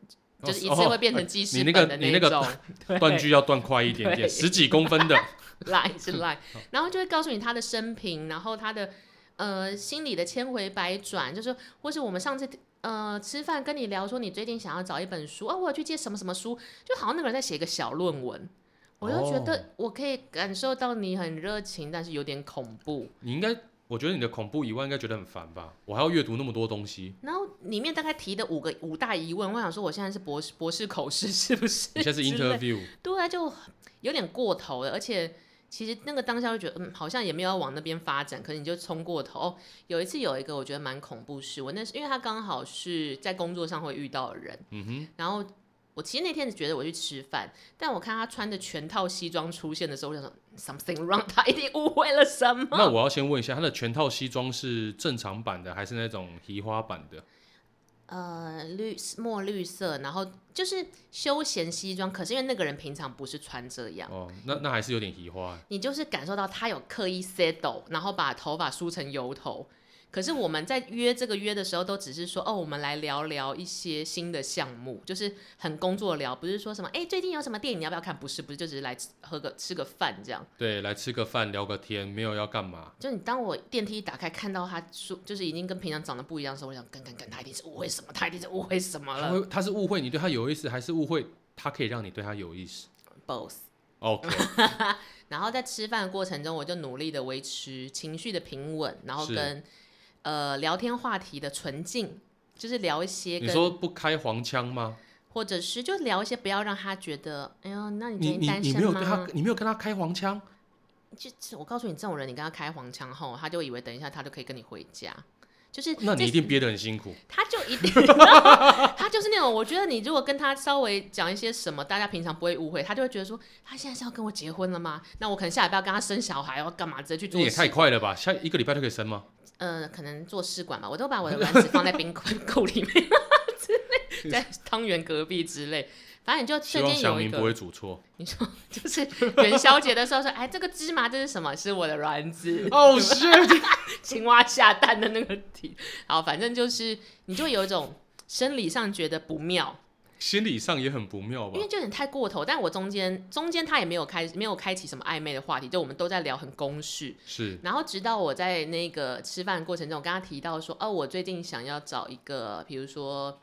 [SPEAKER 2] 哦
[SPEAKER 1] 就是一
[SPEAKER 2] 哦
[SPEAKER 1] 次会变成记事
[SPEAKER 2] 你那
[SPEAKER 1] 本
[SPEAKER 2] 个
[SPEAKER 1] 的
[SPEAKER 2] 你那
[SPEAKER 1] 一
[SPEAKER 2] 个
[SPEAKER 1] 种对
[SPEAKER 2] 断句要断快一点点，
[SPEAKER 1] 对
[SPEAKER 2] 十几公分的，
[SPEAKER 1] line 是 line，然后就会告诉你他的生平，然后他的呃心里的千回百转，就是或是我们上次。呃，吃饭跟你聊说你最近想要找一本书啊，我有去借什么什么书，就好像那个人在写一个小论文，我就觉
[SPEAKER 2] 哦
[SPEAKER 1] 得我可以感受到你很热情，但是有点恐怖。
[SPEAKER 2] 你应该，我觉得你的恐怖以外，应该觉得很烦吧？我还要阅读那么多东西，
[SPEAKER 1] 然后里面大概提的五个五大疑问，我想说我现在是博士博士口试是不是？
[SPEAKER 2] 你现在是
[SPEAKER 1] 之类
[SPEAKER 2] interview，
[SPEAKER 1] 对啊，就有点过头了，而且。其实那个当下就觉得，嗯，好像也没有要往那边发展，可是你就冲过头。哦，有一次有一个我觉得蛮恐怖是，我那是因为他刚好是在工作上会遇到的人，
[SPEAKER 2] 嗯哼，
[SPEAKER 1] 然后我其实那天只觉得我去吃饭，但我看他穿着全套西装出现的时候，我就想说嗯 something wrong，他一定误会了什么。
[SPEAKER 2] 那我要先问一下，他的全套西装是正常版的，还是那种提花版的？
[SPEAKER 1] 呃绿墨绿色，然后就是休闲西装，可是因为那个人平常不是穿这样。
[SPEAKER 2] 哦，那那还是有点移花。欸
[SPEAKER 1] 你就是感受到他有刻意 settle，然后把头发梳成油头。可是我们在约这个约的时候，都只是说哦，我们来聊聊一些新的项目，就是很工作聊，不是说什么哎、最近有什么电影你要不要看？不是，不是，就只是来吃喝个吃个饭这样。
[SPEAKER 2] 对，来吃个饭，聊个天，没有要干嘛。
[SPEAKER 1] 就你当我电梯打开看到他梳，就是已经跟平常长得不一样的时候，我想干干干，他一定是误会什么，他一定是误会什么
[SPEAKER 2] 他
[SPEAKER 1] 了。
[SPEAKER 2] 会，他是误会你对他有意思，还是误会他可以让你对他有意思哦
[SPEAKER 1] Both。嗯
[SPEAKER 2] ？OK，
[SPEAKER 1] 然后在吃饭的过程中，我就努力的维持情绪的平稳，然后
[SPEAKER 2] 是
[SPEAKER 1] 跟呃聊天话题的纯净，就是聊一些
[SPEAKER 2] 你
[SPEAKER 1] 跟
[SPEAKER 2] 说不开黄腔吗？
[SPEAKER 1] 或者是就聊一些不要让他觉得，哎呦，那你最
[SPEAKER 2] 你
[SPEAKER 1] 近
[SPEAKER 2] 你
[SPEAKER 1] 单
[SPEAKER 2] 你
[SPEAKER 1] 身
[SPEAKER 2] 没有跟他
[SPEAKER 1] 吗？，
[SPEAKER 2] 你没有跟他开黄腔，
[SPEAKER 1] 就是我告诉你，这种人你跟他开黄腔后，他就以为等一下他就可以跟你回家，就是
[SPEAKER 2] 那你
[SPEAKER 1] 这
[SPEAKER 2] 一定憋得很辛苦。
[SPEAKER 1] 他就一 定， 他就是那种，我觉得你如果跟他稍微讲一些什么，大家平常不会误会，他就会觉得说，他现在是要跟我结婚了吗？那我可能下礼拜要跟他生小孩，要干嘛直接去
[SPEAKER 2] 你
[SPEAKER 1] 做
[SPEAKER 2] 也太
[SPEAKER 1] 试，
[SPEAKER 2] 快了吧！下一个礼拜就可以生吗？
[SPEAKER 1] 呃，可能做试管吧，我都把我 的卵子放在冰库库里面之类，在汤圆隔壁之类，反正你就
[SPEAKER 2] 希
[SPEAKER 1] 瞬
[SPEAKER 2] 望
[SPEAKER 1] 间
[SPEAKER 2] 祥
[SPEAKER 1] 有一
[SPEAKER 2] 明
[SPEAKER 1] 个
[SPEAKER 2] 不会 煮错。
[SPEAKER 1] 你说就是元宵节的时候说，哎，这个芝麻这是什么？是我的卵子，
[SPEAKER 2] 哦，是
[SPEAKER 1] 青蛙下蛋的那个题。好，反正就是你就有一种生理上觉得不妙，
[SPEAKER 2] 心理上也很不妙吧
[SPEAKER 1] 因为？就有点太过头。但我中间中间他也没有开没有开启什么暧昧的话题，就我们都在聊很公事。
[SPEAKER 2] 是
[SPEAKER 1] 然后直到我在那个吃饭过程中，我跟他提到说，哦，我最近想要找一个，比如说。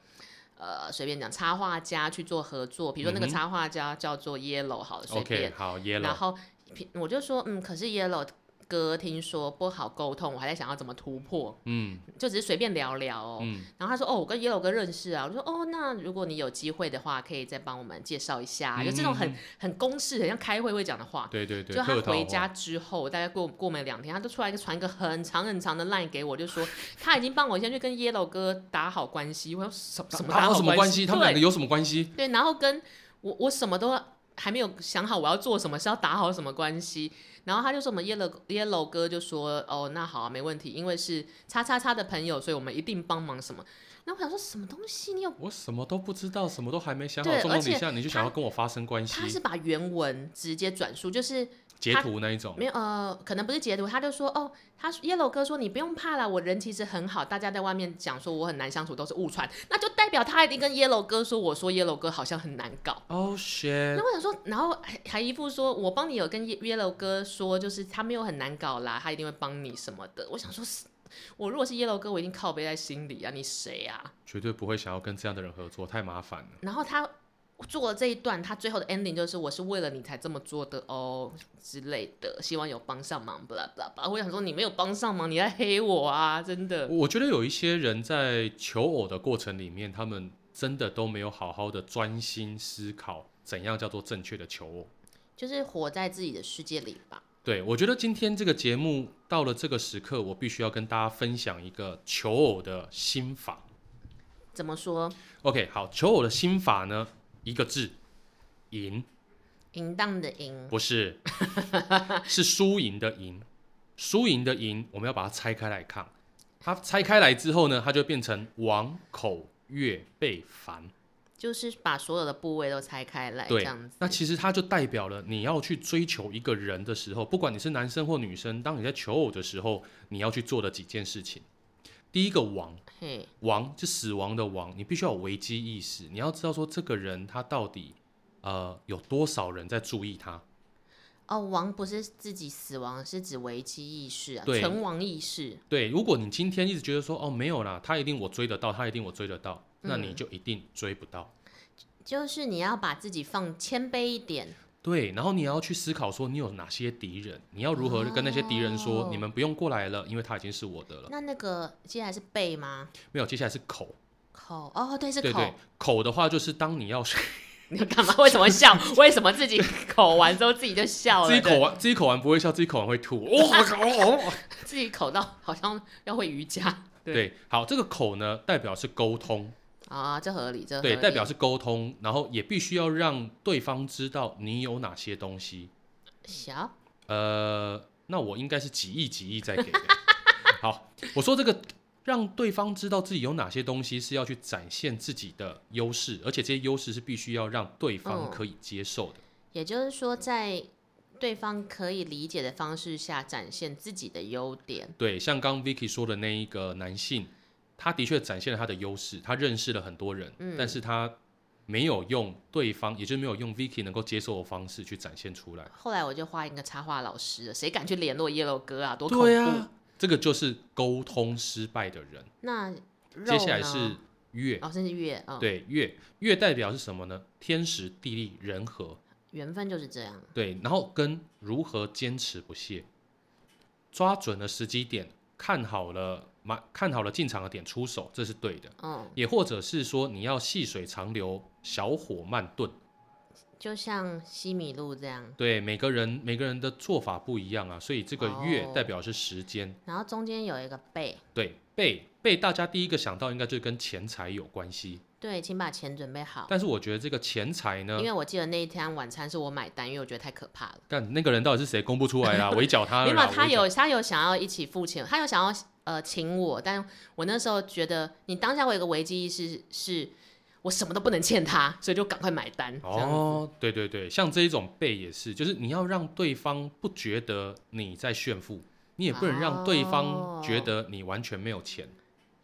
[SPEAKER 1] 呃，随便讲插画家去做合作，比如说那个
[SPEAKER 2] 嗯哼
[SPEAKER 1] 插画家叫做 Yellow，好了，随便。
[SPEAKER 2] OK，好
[SPEAKER 1] 然
[SPEAKER 2] ，Yellow，
[SPEAKER 1] 后平我就说，嗯，可是 Yellow 哥听说不好沟通，我还在想要怎么突破，
[SPEAKER 2] 嗯
[SPEAKER 1] 就只是随便聊聊哦。
[SPEAKER 2] 嗯，
[SPEAKER 1] 然后他说，哦，我跟 Yellow 哥认识啊。我就说，哦，那如果你有机会的话，可以再帮我们介绍一下，啊
[SPEAKER 2] 嗯
[SPEAKER 1] 就这种很很公式，很像开会会讲的话。
[SPEAKER 2] 对对对，
[SPEAKER 1] 就他
[SPEAKER 2] 客套哦
[SPEAKER 1] 回
[SPEAKER 2] 话
[SPEAKER 1] 家之后，大概过过没两天，他就出来一个传一个很长很长的 line 给我，就说他已经帮我先去跟 Yellow 哥打好关系。我说什么什么
[SPEAKER 2] 他
[SPEAKER 1] 打
[SPEAKER 2] 有
[SPEAKER 1] 好
[SPEAKER 2] 啊什么关系？他们两
[SPEAKER 1] 对
[SPEAKER 2] 个有什么关系？
[SPEAKER 1] 对，然后跟我我什么都还没有想好我要做什么，是要打好什么关系。然后他就说我们 yellow yellow 哥就说哦那好啊没问题，因为是叉叉叉的朋友，所以我们一定帮忙什么。那我想说什么东西？你有
[SPEAKER 2] 我什么都不知道，什么都还没想好，
[SPEAKER 1] 对
[SPEAKER 2] 状况
[SPEAKER 1] 而且
[SPEAKER 2] 底下你就想要跟我发生关
[SPEAKER 1] 他
[SPEAKER 2] 系，
[SPEAKER 1] 是把原文直接转述，就是
[SPEAKER 2] 截
[SPEAKER 1] 他
[SPEAKER 2] 图那一种，
[SPEAKER 1] 没有呃，可能不是截图，他就说哦，他 yellow 哥说你不用怕啦，我人其实很好，大家在外面讲说我很难相处都是误传，那就代表他一定跟 yellow 哥说，我说 yellow 哥好像很难搞。
[SPEAKER 2] 哦 shit，
[SPEAKER 1] 那我想说，然后还还一副说我帮你有跟约约楼哥说，就是他没有很难搞啦，他一定会帮你什么的。我想说，是我如果是耶楼哥，我一定靠背在心里啊，你谁啊？
[SPEAKER 2] 绝对不会想要跟这样的人合作，太麻烦了。
[SPEAKER 1] 然后他做了这一段，他最后的 ending 就是我是为了你才这么做的哦之类的，希望有帮上忙，blah blah blah。我想说你没有帮上忙，你在黑我啊，真的。
[SPEAKER 2] 我觉得有一些人在求偶的过程里面，他们真的都没有好好的专心思考怎样叫做正确的求偶。
[SPEAKER 1] 就是活在自己的世界里吧。
[SPEAKER 2] 对，我觉得今天这个节目到了这个时刻，我必须要跟大家分享一个求偶的心法。
[SPEAKER 1] 怎么说？
[SPEAKER 2] OK，好，求偶的心法呢，一个字，赢，
[SPEAKER 1] 淫荡的淫，
[SPEAKER 2] 不是， 是输赢的赢，输赢的赢，我们要把它拆开来看。它拆开来之后呢，它就变成王口月被凡。
[SPEAKER 1] 就是把所有的部位都拆开来，这
[SPEAKER 2] 对
[SPEAKER 1] 样子。
[SPEAKER 2] 那其实它就代表了你要去追求一个人的时候，不管你是男生或女生，当你在求偶的时候，你要去做的几件事情。第一个王，
[SPEAKER 1] 嘿，
[SPEAKER 2] 王是死亡的王，你必须要有危机意识，你要知道说这个人他到底呃有多少人在注意他。
[SPEAKER 1] 哦，亡不是自己死亡，是指危机意识啊，
[SPEAKER 2] 对
[SPEAKER 1] 存亡意识。
[SPEAKER 2] 对，如果你今天一直觉得说哦没有啦，他一定我追得到，他一定我追得到，那
[SPEAKER 1] 嗯
[SPEAKER 2] 你就一定追不到。
[SPEAKER 1] 就是你要把自己放谦卑一点，
[SPEAKER 2] 对，然后你也要去思考说你有哪些敌人，你要如何跟那些敌人说、
[SPEAKER 1] 哦
[SPEAKER 2] 你们不用过来了，因为他已经是我的了。
[SPEAKER 1] 那那个接下来是背吗？
[SPEAKER 2] 没有，接下来是口。
[SPEAKER 1] 口哦，对，是
[SPEAKER 2] 对
[SPEAKER 1] 口。
[SPEAKER 2] 对，口的话就是当 你要自
[SPEAKER 1] 你要干嘛？为什么笑？为什么自己口完之后自己就笑了？
[SPEAKER 2] 己口
[SPEAKER 1] 哦对
[SPEAKER 2] 完，自己口完不会笑，自己口完会吐。哦，哦哦
[SPEAKER 1] 自己口到好像要会瑜伽 对
[SPEAKER 2] 对，好，这个口呢代表是沟通，
[SPEAKER 1] 啊，这合理，这合理
[SPEAKER 2] 对，代表是沟通，然后也必须要让对方知道你有哪些东西。
[SPEAKER 1] 小
[SPEAKER 2] 呃，那我应该是几亿几亿再给的。好，我说这个让对方知道自己有哪些东西是要去展现自己的优势，而且这些优势是必须要让对方
[SPEAKER 1] 嗯
[SPEAKER 2] 可以接受的。
[SPEAKER 1] 也就是说，在对方可以理解的方式下展现自己的优点。
[SPEAKER 2] 对，像刚 Vicky 说的那一个男性，他的确展现了他的优势，他认识了很多人，
[SPEAKER 1] 嗯
[SPEAKER 2] 但是他没有用对方，也就是没有用 Vicky 能够接受的方式去展现出来。
[SPEAKER 1] 后来我就画一个插画老师了，谁敢去联络 yellow 哥啊？多恐怖！
[SPEAKER 2] 对啊，这个就是沟通失败的人。
[SPEAKER 1] 那肉
[SPEAKER 2] 接下来
[SPEAKER 1] 呢
[SPEAKER 2] 是月，
[SPEAKER 1] 哦，甚至月，嗯，，
[SPEAKER 2] 对月月代表是什么呢？天时地利人和，
[SPEAKER 1] 缘分就是这样。
[SPEAKER 2] 对，然后跟如何坚持不懈，抓准了时机点，看好了买，看好了进场的点出手，这是对的。
[SPEAKER 1] 嗯，
[SPEAKER 2] 也或者是说你要细水长流，小火慢炖。
[SPEAKER 1] 就像西米露这样，
[SPEAKER 2] 对，每个人每个人的做法不一样啊，所以这个月
[SPEAKER 1] 哦
[SPEAKER 2] 代表是时间。
[SPEAKER 1] 然后中间有一个背。
[SPEAKER 2] 对，被被大家第一个想到应该就是跟钱财有关系，
[SPEAKER 1] 对，请把钱准备好，
[SPEAKER 2] 但是我觉得这个钱财
[SPEAKER 1] 哦
[SPEAKER 2] 呢
[SPEAKER 1] 因，为我记得那一天晚餐是我买单，因为我觉得太可怕了。
[SPEAKER 2] 干那个人到底是谁公布出来啊啦，围剿他
[SPEAKER 1] 没
[SPEAKER 2] 了
[SPEAKER 1] 有，
[SPEAKER 2] 啦。
[SPEAKER 1] 他
[SPEAKER 2] 围剿
[SPEAKER 1] 有他有想要一起付钱，他有想要呃请我，但我那时候觉得你当下我有个危机意识，是我什么都不能欠他，所以就赶快买单。这样子，
[SPEAKER 2] 哦，对对对，像这一种背也是，就是你要让对方不觉得你在炫富，你也不能让对
[SPEAKER 1] 哦
[SPEAKER 2] 方觉得你完全没有钱。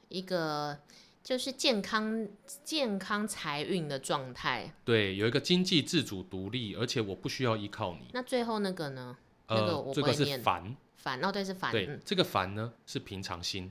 [SPEAKER 1] 一个就是健康健康财运的状态。
[SPEAKER 2] 对，有一个经济自主独立，而且我不需要依靠你。
[SPEAKER 1] 那最后那个呢？那个
[SPEAKER 2] 呃
[SPEAKER 1] 我，
[SPEAKER 2] 这
[SPEAKER 1] 不
[SPEAKER 2] 个
[SPEAKER 1] 会
[SPEAKER 2] 是
[SPEAKER 1] 念
[SPEAKER 2] 烦，
[SPEAKER 1] 烦哦，对，是烦，
[SPEAKER 2] 对
[SPEAKER 1] 嗯，，
[SPEAKER 2] 这个烦呢是平常心，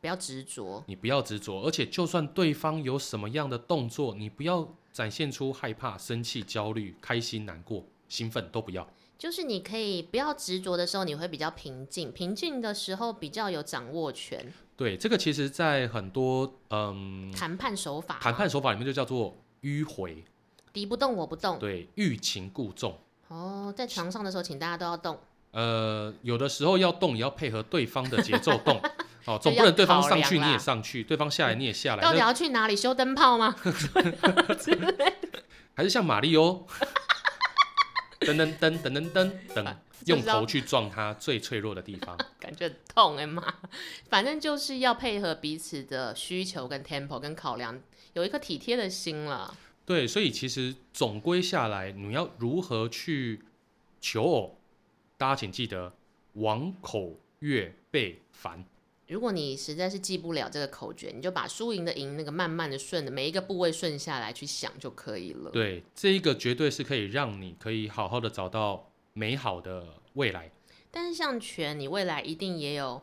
[SPEAKER 1] 不要执着。
[SPEAKER 2] 你不要执着，而且就算对方有什么样的动作，你不要展现出害怕、生气、焦虑、开心、难过、兴奋都不要。
[SPEAKER 1] 就是你可以不要执着的时候，你会比较平静；平静的时候比较有掌握权，
[SPEAKER 2] 对，这个其实在很多嗯
[SPEAKER 1] 谈判手法
[SPEAKER 2] 谈判手法里面就叫做迂回，
[SPEAKER 1] 敌不动我不动。
[SPEAKER 2] 对，欲擒故纵。
[SPEAKER 1] 哦，在床上的时候，请大家都要动。
[SPEAKER 2] 呃，有的时候要动，也要配合对方的节奏 动。哦，
[SPEAKER 1] 就
[SPEAKER 2] 总不能
[SPEAKER 1] 要
[SPEAKER 2] 对方
[SPEAKER 1] 考
[SPEAKER 2] 上去
[SPEAKER 1] 量
[SPEAKER 2] 你也
[SPEAKER 1] 啦
[SPEAKER 2] 上去，对方下来你也下来，
[SPEAKER 1] 到底
[SPEAKER 2] 那
[SPEAKER 1] 要去哪里修灯泡吗？
[SPEAKER 2] 还是像马里欧， 噔噔噔噔噔噔噔，
[SPEAKER 1] 就
[SPEAKER 2] 用
[SPEAKER 1] 是要
[SPEAKER 2] 头去撞他最脆弱的地方。
[SPEAKER 1] 感觉很痛哎、妈！反正就是要配合彼此的需求跟 tempo 跟考量，有一颗体贴的心了。
[SPEAKER 2] 对，所以其实总归下来，你要如何去求偶，大家请记得，王口月被烦。
[SPEAKER 1] 如果你实在是记不了这个口诀，你就把输赢的赢那个慢慢的顺的每一个部位顺下来去想就可以了。
[SPEAKER 2] 对，这一个绝对是可以让你可以好好的找到美好的未来。
[SPEAKER 1] 但是像拳，你未来一定也有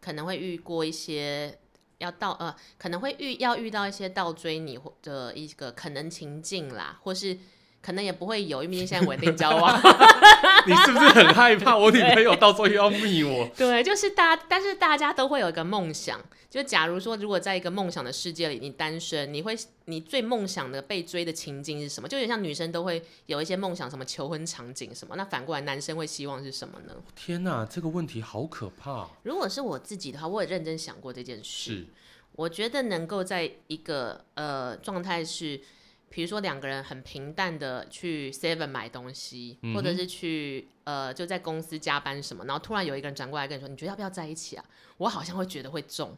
[SPEAKER 1] 可能会遇过一些要到呃，可能会遇要遇到一些倒追你或的一个可能情境啦，或是可能也不会有，因为毕竟现在稳定交往。
[SPEAKER 2] 你是不是很害怕我女朋友到时候又要 密我？
[SPEAKER 1] 对，就是大，但是大家都会有一个梦想。就假如说，如果在一个梦想的世界里，你单身，你会你最梦想的被追的情境是什么？就有点像女生都会有一些梦想，什么求婚场景什么。那反过来，男生会希望是什么呢？
[SPEAKER 2] 天哪，这个问题好可怕。
[SPEAKER 1] 如果是我自己的话，我也认真想过这件事。
[SPEAKER 2] 是，
[SPEAKER 1] 我觉得能够在一个呃状态是，比如说两个人很平淡的去 Seven 买东西，
[SPEAKER 2] 嗯哼
[SPEAKER 1] 或者是去呃就在公司加班什么，然后突然有一个人转过来跟你说，你觉得要不要在一起啊？我好像会觉得会中，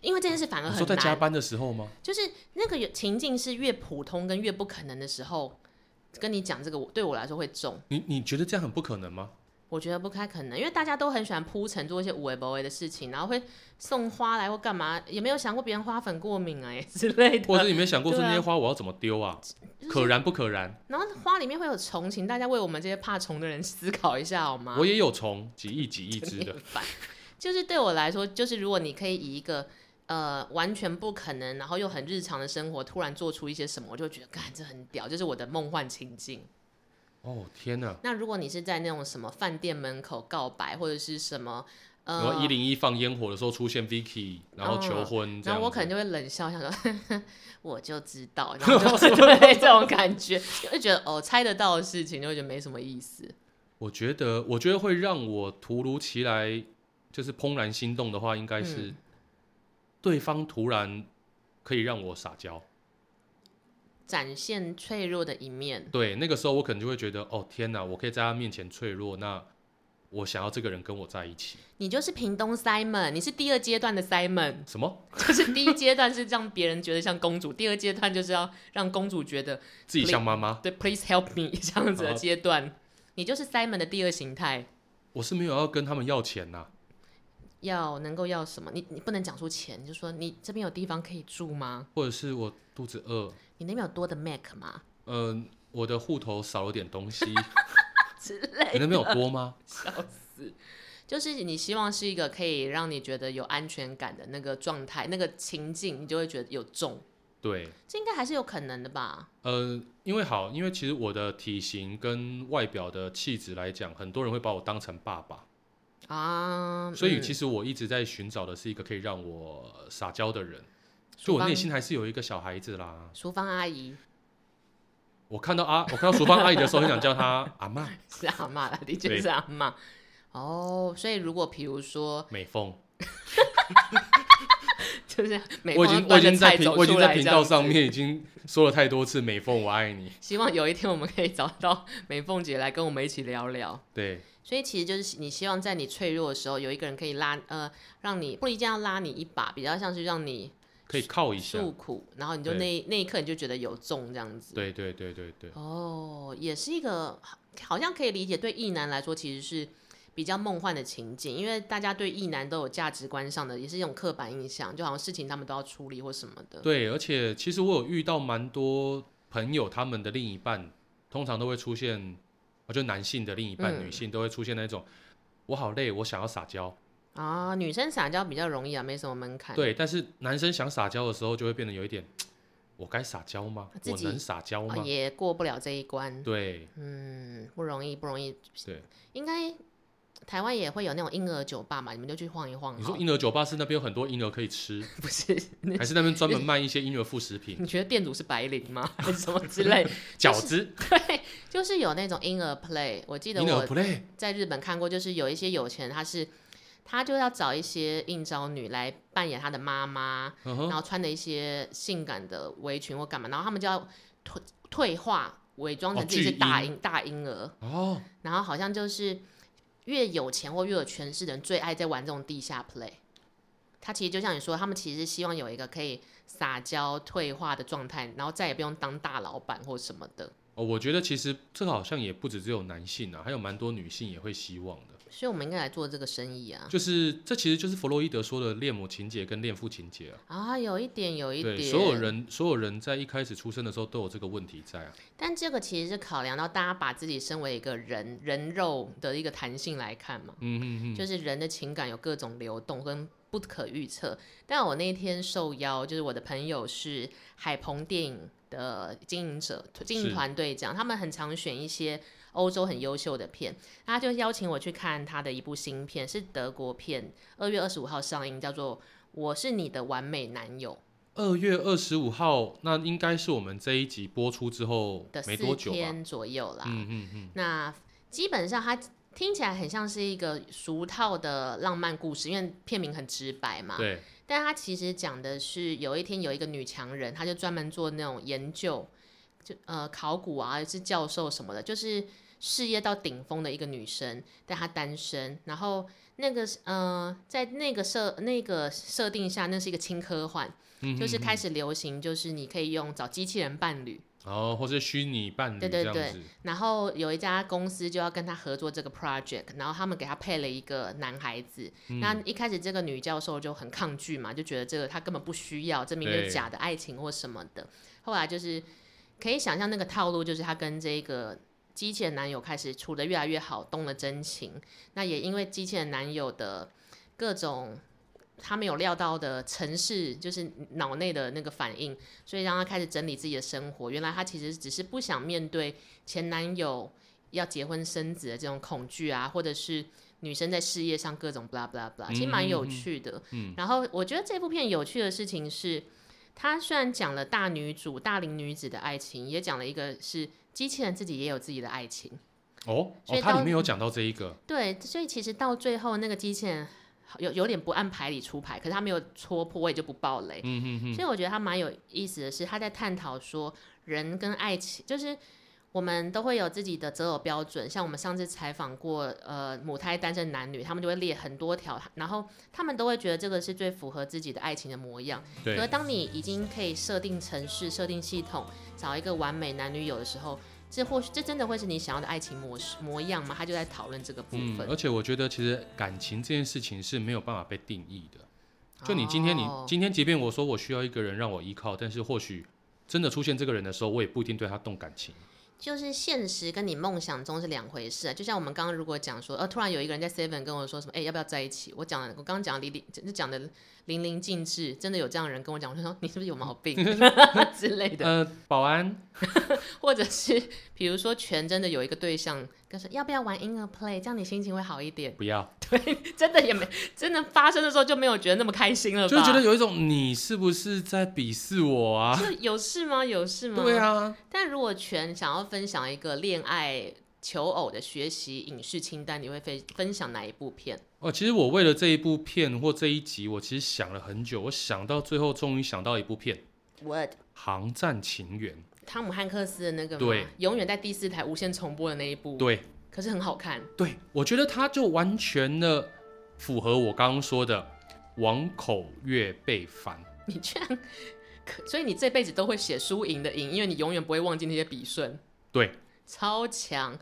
[SPEAKER 1] 因为这件事反而
[SPEAKER 2] 你说
[SPEAKER 1] 很
[SPEAKER 2] 在加
[SPEAKER 1] 难，
[SPEAKER 2] 班的时候吗？
[SPEAKER 1] 就是那个有情境是越普通跟越不可能的时候，跟你讲这个，我对我来说会中。
[SPEAKER 2] 你你觉得这样很不可能吗？
[SPEAKER 1] 我觉得不太可能，因为大家都很喜欢铺陈做一些无为不为的事情，然后会送花来或干嘛，也没有想过别人花粉过敏啊、欸、 之类的。
[SPEAKER 2] 或者你没想过说
[SPEAKER 1] 对啊
[SPEAKER 2] 那些花我要怎么丢啊？
[SPEAKER 1] 就是
[SPEAKER 2] 可燃不可燃？
[SPEAKER 1] 然后花里面会有虫，请大家为我们这些怕虫的人 思考一下好吗？
[SPEAKER 2] 我也有虫，几亿几亿只
[SPEAKER 1] 真的
[SPEAKER 2] 的。
[SPEAKER 1] 很烦。就是对我来说，就是如果你可以以一个呃完全不可能，然后又很日常的生活，突然做出一些什么，我就觉得，干这很屌，就是我的梦幻情境。
[SPEAKER 2] 哦天哪！
[SPEAKER 1] 那如果你是在那种什么饭店门口告白，或者是什么
[SPEAKER 2] 然后
[SPEAKER 1] 呃
[SPEAKER 2] 一零一放烟火的时候出现 Vicky，然后求婚这
[SPEAKER 1] 然后
[SPEAKER 2] 样子。
[SPEAKER 1] 我可能就会冷笑，想说 我就知道，然 后就是对这种感觉，就会觉得哦猜得到的事情，就会觉得没什么意思。
[SPEAKER 2] 我觉得，我觉得会让我突如其来就是怦然心动的话，应该是
[SPEAKER 1] 嗯
[SPEAKER 2] 对方突然可以让我撒娇。
[SPEAKER 1] 展现脆弱的一面，
[SPEAKER 2] 对，那个时候我可能就会觉得，哦天哪，我可以在他面前脆弱，那我想要这个人跟我在一起。
[SPEAKER 1] 你就是屏东 Simon，你是第二阶段的 Simon，
[SPEAKER 2] 什么？
[SPEAKER 1] 就是第一阶段是让别人觉得像公主，第二阶段就是要让公主觉得
[SPEAKER 2] 自己像妈妈？
[SPEAKER 1] 对，Please help me 这样子的
[SPEAKER 2] 好
[SPEAKER 1] 阶段，你就是 Simon 的第二形态。
[SPEAKER 2] 我是没有要跟他们要钱呐、
[SPEAKER 1] 要能够要什么？你你不能讲出钱，你就说你这边有地方可以住吗？
[SPEAKER 2] 或者是我肚子饿，
[SPEAKER 1] 你那边有多的 Mac 吗？
[SPEAKER 2] 嗯、我的户头少了点东西，
[SPEAKER 1] 之类
[SPEAKER 2] 你那边有多吗？
[SPEAKER 1] 笑死！就是你希望是一个可以让你觉得有安全感的那个状态、那个情境，你就会觉得有中。
[SPEAKER 2] 对，
[SPEAKER 1] 这应该还是有可能的吧？
[SPEAKER 2] 呃，因为好，因为其实我的体型跟外表的气质来讲，很多人会把我当成爸爸，
[SPEAKER 1] 啊，
[SPEAKER 2] 所以
[SPEAKER 1] 嗯
[SPEAKER 2] 其实我一直在寻找的是一个可以让我呃撒娇的人，
[SPEAKER 1] 淑
[SPEAKER 2] 所以我内
[SPEAKER 1] 芳
[SPEAKER 2] 心还是有一个小孩子啦。
[SPEAKER 1] 淑芳阿姨
[SPEAKER 2] 我看到阿，我看到淑芳阿姨的时候，很想 叫她阿妈
[SPEAKER 1] 是阿妈啦，的确
[SPEAKER 2] 对
[SPEAKER 1] 是阿妈。哦，所以如果比如说，
[SPEAKER 2] 美凤。
[SPEAKER 1] 就是每
[SPEAKER 2] 我已
[SPEAKER 1] 逢
[SPEAKER 2] 经我
[SPEAKER 1] 端
[SPEAKER 2] 已
[SPEAKER 1] 个
[SPEAKER 2] 经在
[SPEAKER 1] 菜
[SPEAKER 2] 频
[SPEAKER 1] 走
[SPEAKER 2] 我已经
[SPEAKER 1] 出
[SPEAKER 2] 在
[SPEAKER 1] 来
[SPEAKER 2] 频
[SPEAKER 1] 这
[SPEAKER 2] 道
[SPEAKER 1] 样
[SPEAKER 2] 上
[SPEAKER 1] 子
[SPEAKER 2] 面已经说了太多次美凤我爱你，
[SPEAKER 1] 希望有一天我们可以找到美凤姐来跟我们一起聊聊。
[SPEAKER 2] 对
[SPEAKER 1] 所以其实就是你希望在你脆弱的时候，有一个人可以拉呃，让你不一定要拉你一把，比较像是让你
[SPEAKER 2] 可以靠一下，
[SPEAKER 1] 诉苦，然后你就
[SPEAKER 2] 对
[SPEAKER 1] 那那一刻你就觉得有中这样子。
[SPEAKER 2] 对对对对对，
[SPEAKER 1] 哦，也是一个好像可以理解，对异男来说其实是比较梦幻的情景，因为大家对异男都有价值观上的，也是一种刻板印象，就好像事情他们都要处理或什么的。
[SPEAKER 2] 对，而且其实我有遇到蛮多朋友，他们的另一半通常都会出现，啊就男性的另一半、
[SPEAKER 1] 嗯
[SPEAKER 2] 女性都会出现那种我好累，我想要撒娇，
[SPEAKER 1] 啊，女生撒娇比较容易啊，没什么门槛。，
[SPEAKER 2] 对，但是男生想撒娇的时候就会变得有一点，我该撒娇吗？
[SPEAKER 1] 自
[SPEAKER 2] 我
[SPEAKER 1] 己
[SPEAKER 2] 能撒娇
[SPEAKER 1] 啊、
[SPEAKER 2] 吗？
[SPEAKER 1] 也过不了这一关。
[SPEAKER 2] 对
[SPEAKER 1] 嗯，不容易，不容易。
[SPEAKER 2] 对，
[SPEAKER 1] 应该台湾也会有那种婴儿酒吧嘛，你们就去晃一晃好了。
[SPEAKER 2] 你说婴儿酒吧是那边有很多婴儿可 以吃，
[SPEAKER 1] 不是？
[SPEAKER 2] 还是那边专门卖一些婴儿副食品、
[SPEAKER 1] 你觉得店主是白领 吗？还是什么之类？
[SPEAKER 2] 饺子、
[SPEAKER 1] 对，就是有那种婴儿 play。我记得
[SPEAKER 2] 婴儿
[SPEAKER 1] 我
[SPEAKER 2] play？
[SPEAKER 1] 在日本看过，就是有一些有钱人他是。他就要找一些应招女来扮演他的妈妈，
[SPEAKER 2] 嗯哼
[SPEAKER 1] 然后穿的一些性感的围裙或干嘛，然后他们就要退退化，伪装成
[SPEAKER 2] 哦
[SPEAKER 1] 自己是
[SPEAKER 2] 巨婴
[SPEAKER 1] 大婴、大婴儿，
[SPEAKER 2] 哦，
[SPEAKER 1] 然后好像就是越有钱或越有权势的人最爱在玩这种地下 play。他其实就像你说，他们其实希望有一个可以撒娇退化的状态，然后再也不用当大老板或什么的。
[SPEAKER 2] 哦，我觉得其实这个好像也不止只有男性啊，还有蛮多女性也会希望的。
[SPEAKER 1] 所以我们应该来做这个生意啊！
[SPEAKER 2] 就是这其实就是弗洛伊德说的恋母情节跟恋父情节啊。
[SPEAKER 1] 啊，有一点，有一
[SPEAKER 2] 对，
[SPEAKER 1] 点，
[SPEAKER 2] 所有。人所有人在一开始出生的时候都有这个问题在啊。
[SPEAKER 1] 但这个其实是考量到大家把自己身为一个人人肉的一个弹性来看嘛。
[SPEAKER 2] 嗯嗯嗯，
[SPEAKER 1] 就是人的情感有各种流动跟不可预测。但我那天受邀，就是我的朋友是海鹏电影的经营者、经营团队长，他们很常选一些欧洲很优秀的片，他就邀请我去看他的一部新片，是德国片，二月二十五号上映，叫做《我是你的完美男友
[SPEAKER 2] 二月二十五号，那应该是我们这一集播出之后》
[SPEAKER 1] 的
[SPEAKER 2] 没
[SPEAKER 1] 四
[SPEAKER 2] 多久吧。
[SPEAKER 1] 天左右啦。
[SPEAKER 2] 嗯嗯嗯，
[SPEAKER 1] 那基本上它听起来很像是一个俗套的浪漫故事，因为片名很直白嘛。
[SPEAKER 2] 对，
[SPEAKER 1] 但他其实讲的是，有一天有一个女强人，她就专门做那种研究，就呃考古啊，是教授什么的，就是事业到顶峰的一个女生，但她单身。然后那个呃，在那个设那个设定下，那是一个轻科幻，
[SPEAKER 2] 嗯
[SPEAKER 1] 就是
[SPEAKER 2] 嗯
[SPEAKER 1] 开始流行，就是你可以用找机器人伴侣。
[SPEAKER 2] 嗯哦，或是虚拟伴侣
[SPEAKER 1] 对
[SPEAKER 2] 这
[SPEAKER 1] 对
[SPEAKER 2] 样
[SPEAKER 1] 对
[SPEAKER 2] 子。
[SPEAKER 1] 然后有一家公司就要跟他合作这个 project，然后他们给他配了一个男孩子。那一开始这个女教授就很抗拒嘛，就觉得这个他根本不需要，这明明就是
[SPEAKER 2] 对
[SPEAKER 1] 假的爱情或什么的。后来就是可以想象那个套路，就是他跟这个机器人男友开始处的越来越好，动了真情。那也因为机器人男友的各种。他没有料到的城市，就是脑内的那个反应，所以让他开始整理自己的生活。原来他其实只是不想面对前男友要结婚生子的这种恐惧啊，或者是女生在事业上各种 blah blah blah，
[SPEAKER 2] 嗯
[SPEAKER 1] 其实蛮有
[SPEAKER 2] 嗯嗯
[SPEAKER 1] 趣的。
[SPEAKER 2] 嗯
[SPEAKER 1] 然后我觉得这部片有趣的事情是，它虽然讲了大女主、大龄女子的爱情，也讲了一个是机器人自己也有自己的爱情。
[SPEAKER 2] 哦
[SPEAKER 1] 所以
[SPEAKER 2] 哦，它
[SPEAKER 1] 当
[SPEAKER 2] 里面有讲到这一个，
[SPEAKER 1] 对，所以其实到最后那个机器人有有点不按牌理出牌，可是他没有戳破，我也就不爆雷。
[SPEAKER 2] 嗯嗯嗯，
[SPEAKER 1] 所以我觉得他蛮有意思的是，他在探讨说人跟爱情，就是我我们都会有自己的择偶标准，像我们上次采访过，呃，母胎单身男女，他们就会列很多条，然后他们都会觉得这个是最符合自己的爱情的模样。可是
[SPEAKER 2] 嗯对，
[SPEAKER 1] 当你已经可以设定程式、设定系统，找一个完美男女友的时候，这或许这真的会是你想要的爱情模式模样吗？他就在讨论这个部
[SPEAKER 2] 嗯，
[SPEAKER 1] 分。
[SPEAKER 2] 而且我觉得其实感情这件事情是没有办法被定义的。就你今天你、
[SPEAKER 1] 哦
[SPEAKER 2] 今天，即便我说我需要一个人让我依靠，但是或许真的出现这个人的时候，我也不一定对他动感情。
[SPEAKER 1] 就是现实跟你梦想中是两回事啊。就像我们刚刚如果讲说，呃，突然有一个人在 Seven 跟我说什么，哎、要不要在一起？我讲了，我刚刚讲的淋漓，讲的淋漓尽致，真的有这样的人跟我讲，我就说你是不是有毛病 之类的，
[SPEAKER 2] 呃，保安，
[SPEAKER 1] 或者是比如说全真的有一个对象跟说要不要玩 In a Play，这样你心情会好一点。
[SPEAKER 2] 不要，
[SPEAKER 1] 真的也没真的发生的时候就没有觉得那么开心了吧？
[SPEAKER 2] 就是觉得有一种你是不是在鄙视我啊？
[SPEAKER 1] 就有事吗？有事吗？
[SPEAKER 2] 对。啊，
[SPEAKER 1] 但如果全想要分享一个恋爱求偶的学习影视清单，你会分分享哪一部片？
[SPEAKER 2] 哦，其实我为了这一部片或这一集，我其实想了很久，我想到最后终于想到一部片《
[SPEAKER 1] 我
[SPEAKER 2] 航站情缘
[SPEAKER 1] 汤姆汉克斯的那个吗
[SPEAKER 2] 对，
[SPEAKER 1] 永远在第四台无限重播的那一部》。，
[SPEAKER 2] 对
[SPEAKER 1] 可是很好看。
[SPEAKER 2] 对，我觉得它就完全的符合我刚刚说的“王口月被翻
[SPEAKER 1] 你居然可，所以你这辈子都会写输赢的赢，因为你永远不会忘记那些笔顺。
[SPEAKER 2] 对，
[SPEAKER 1] 超强。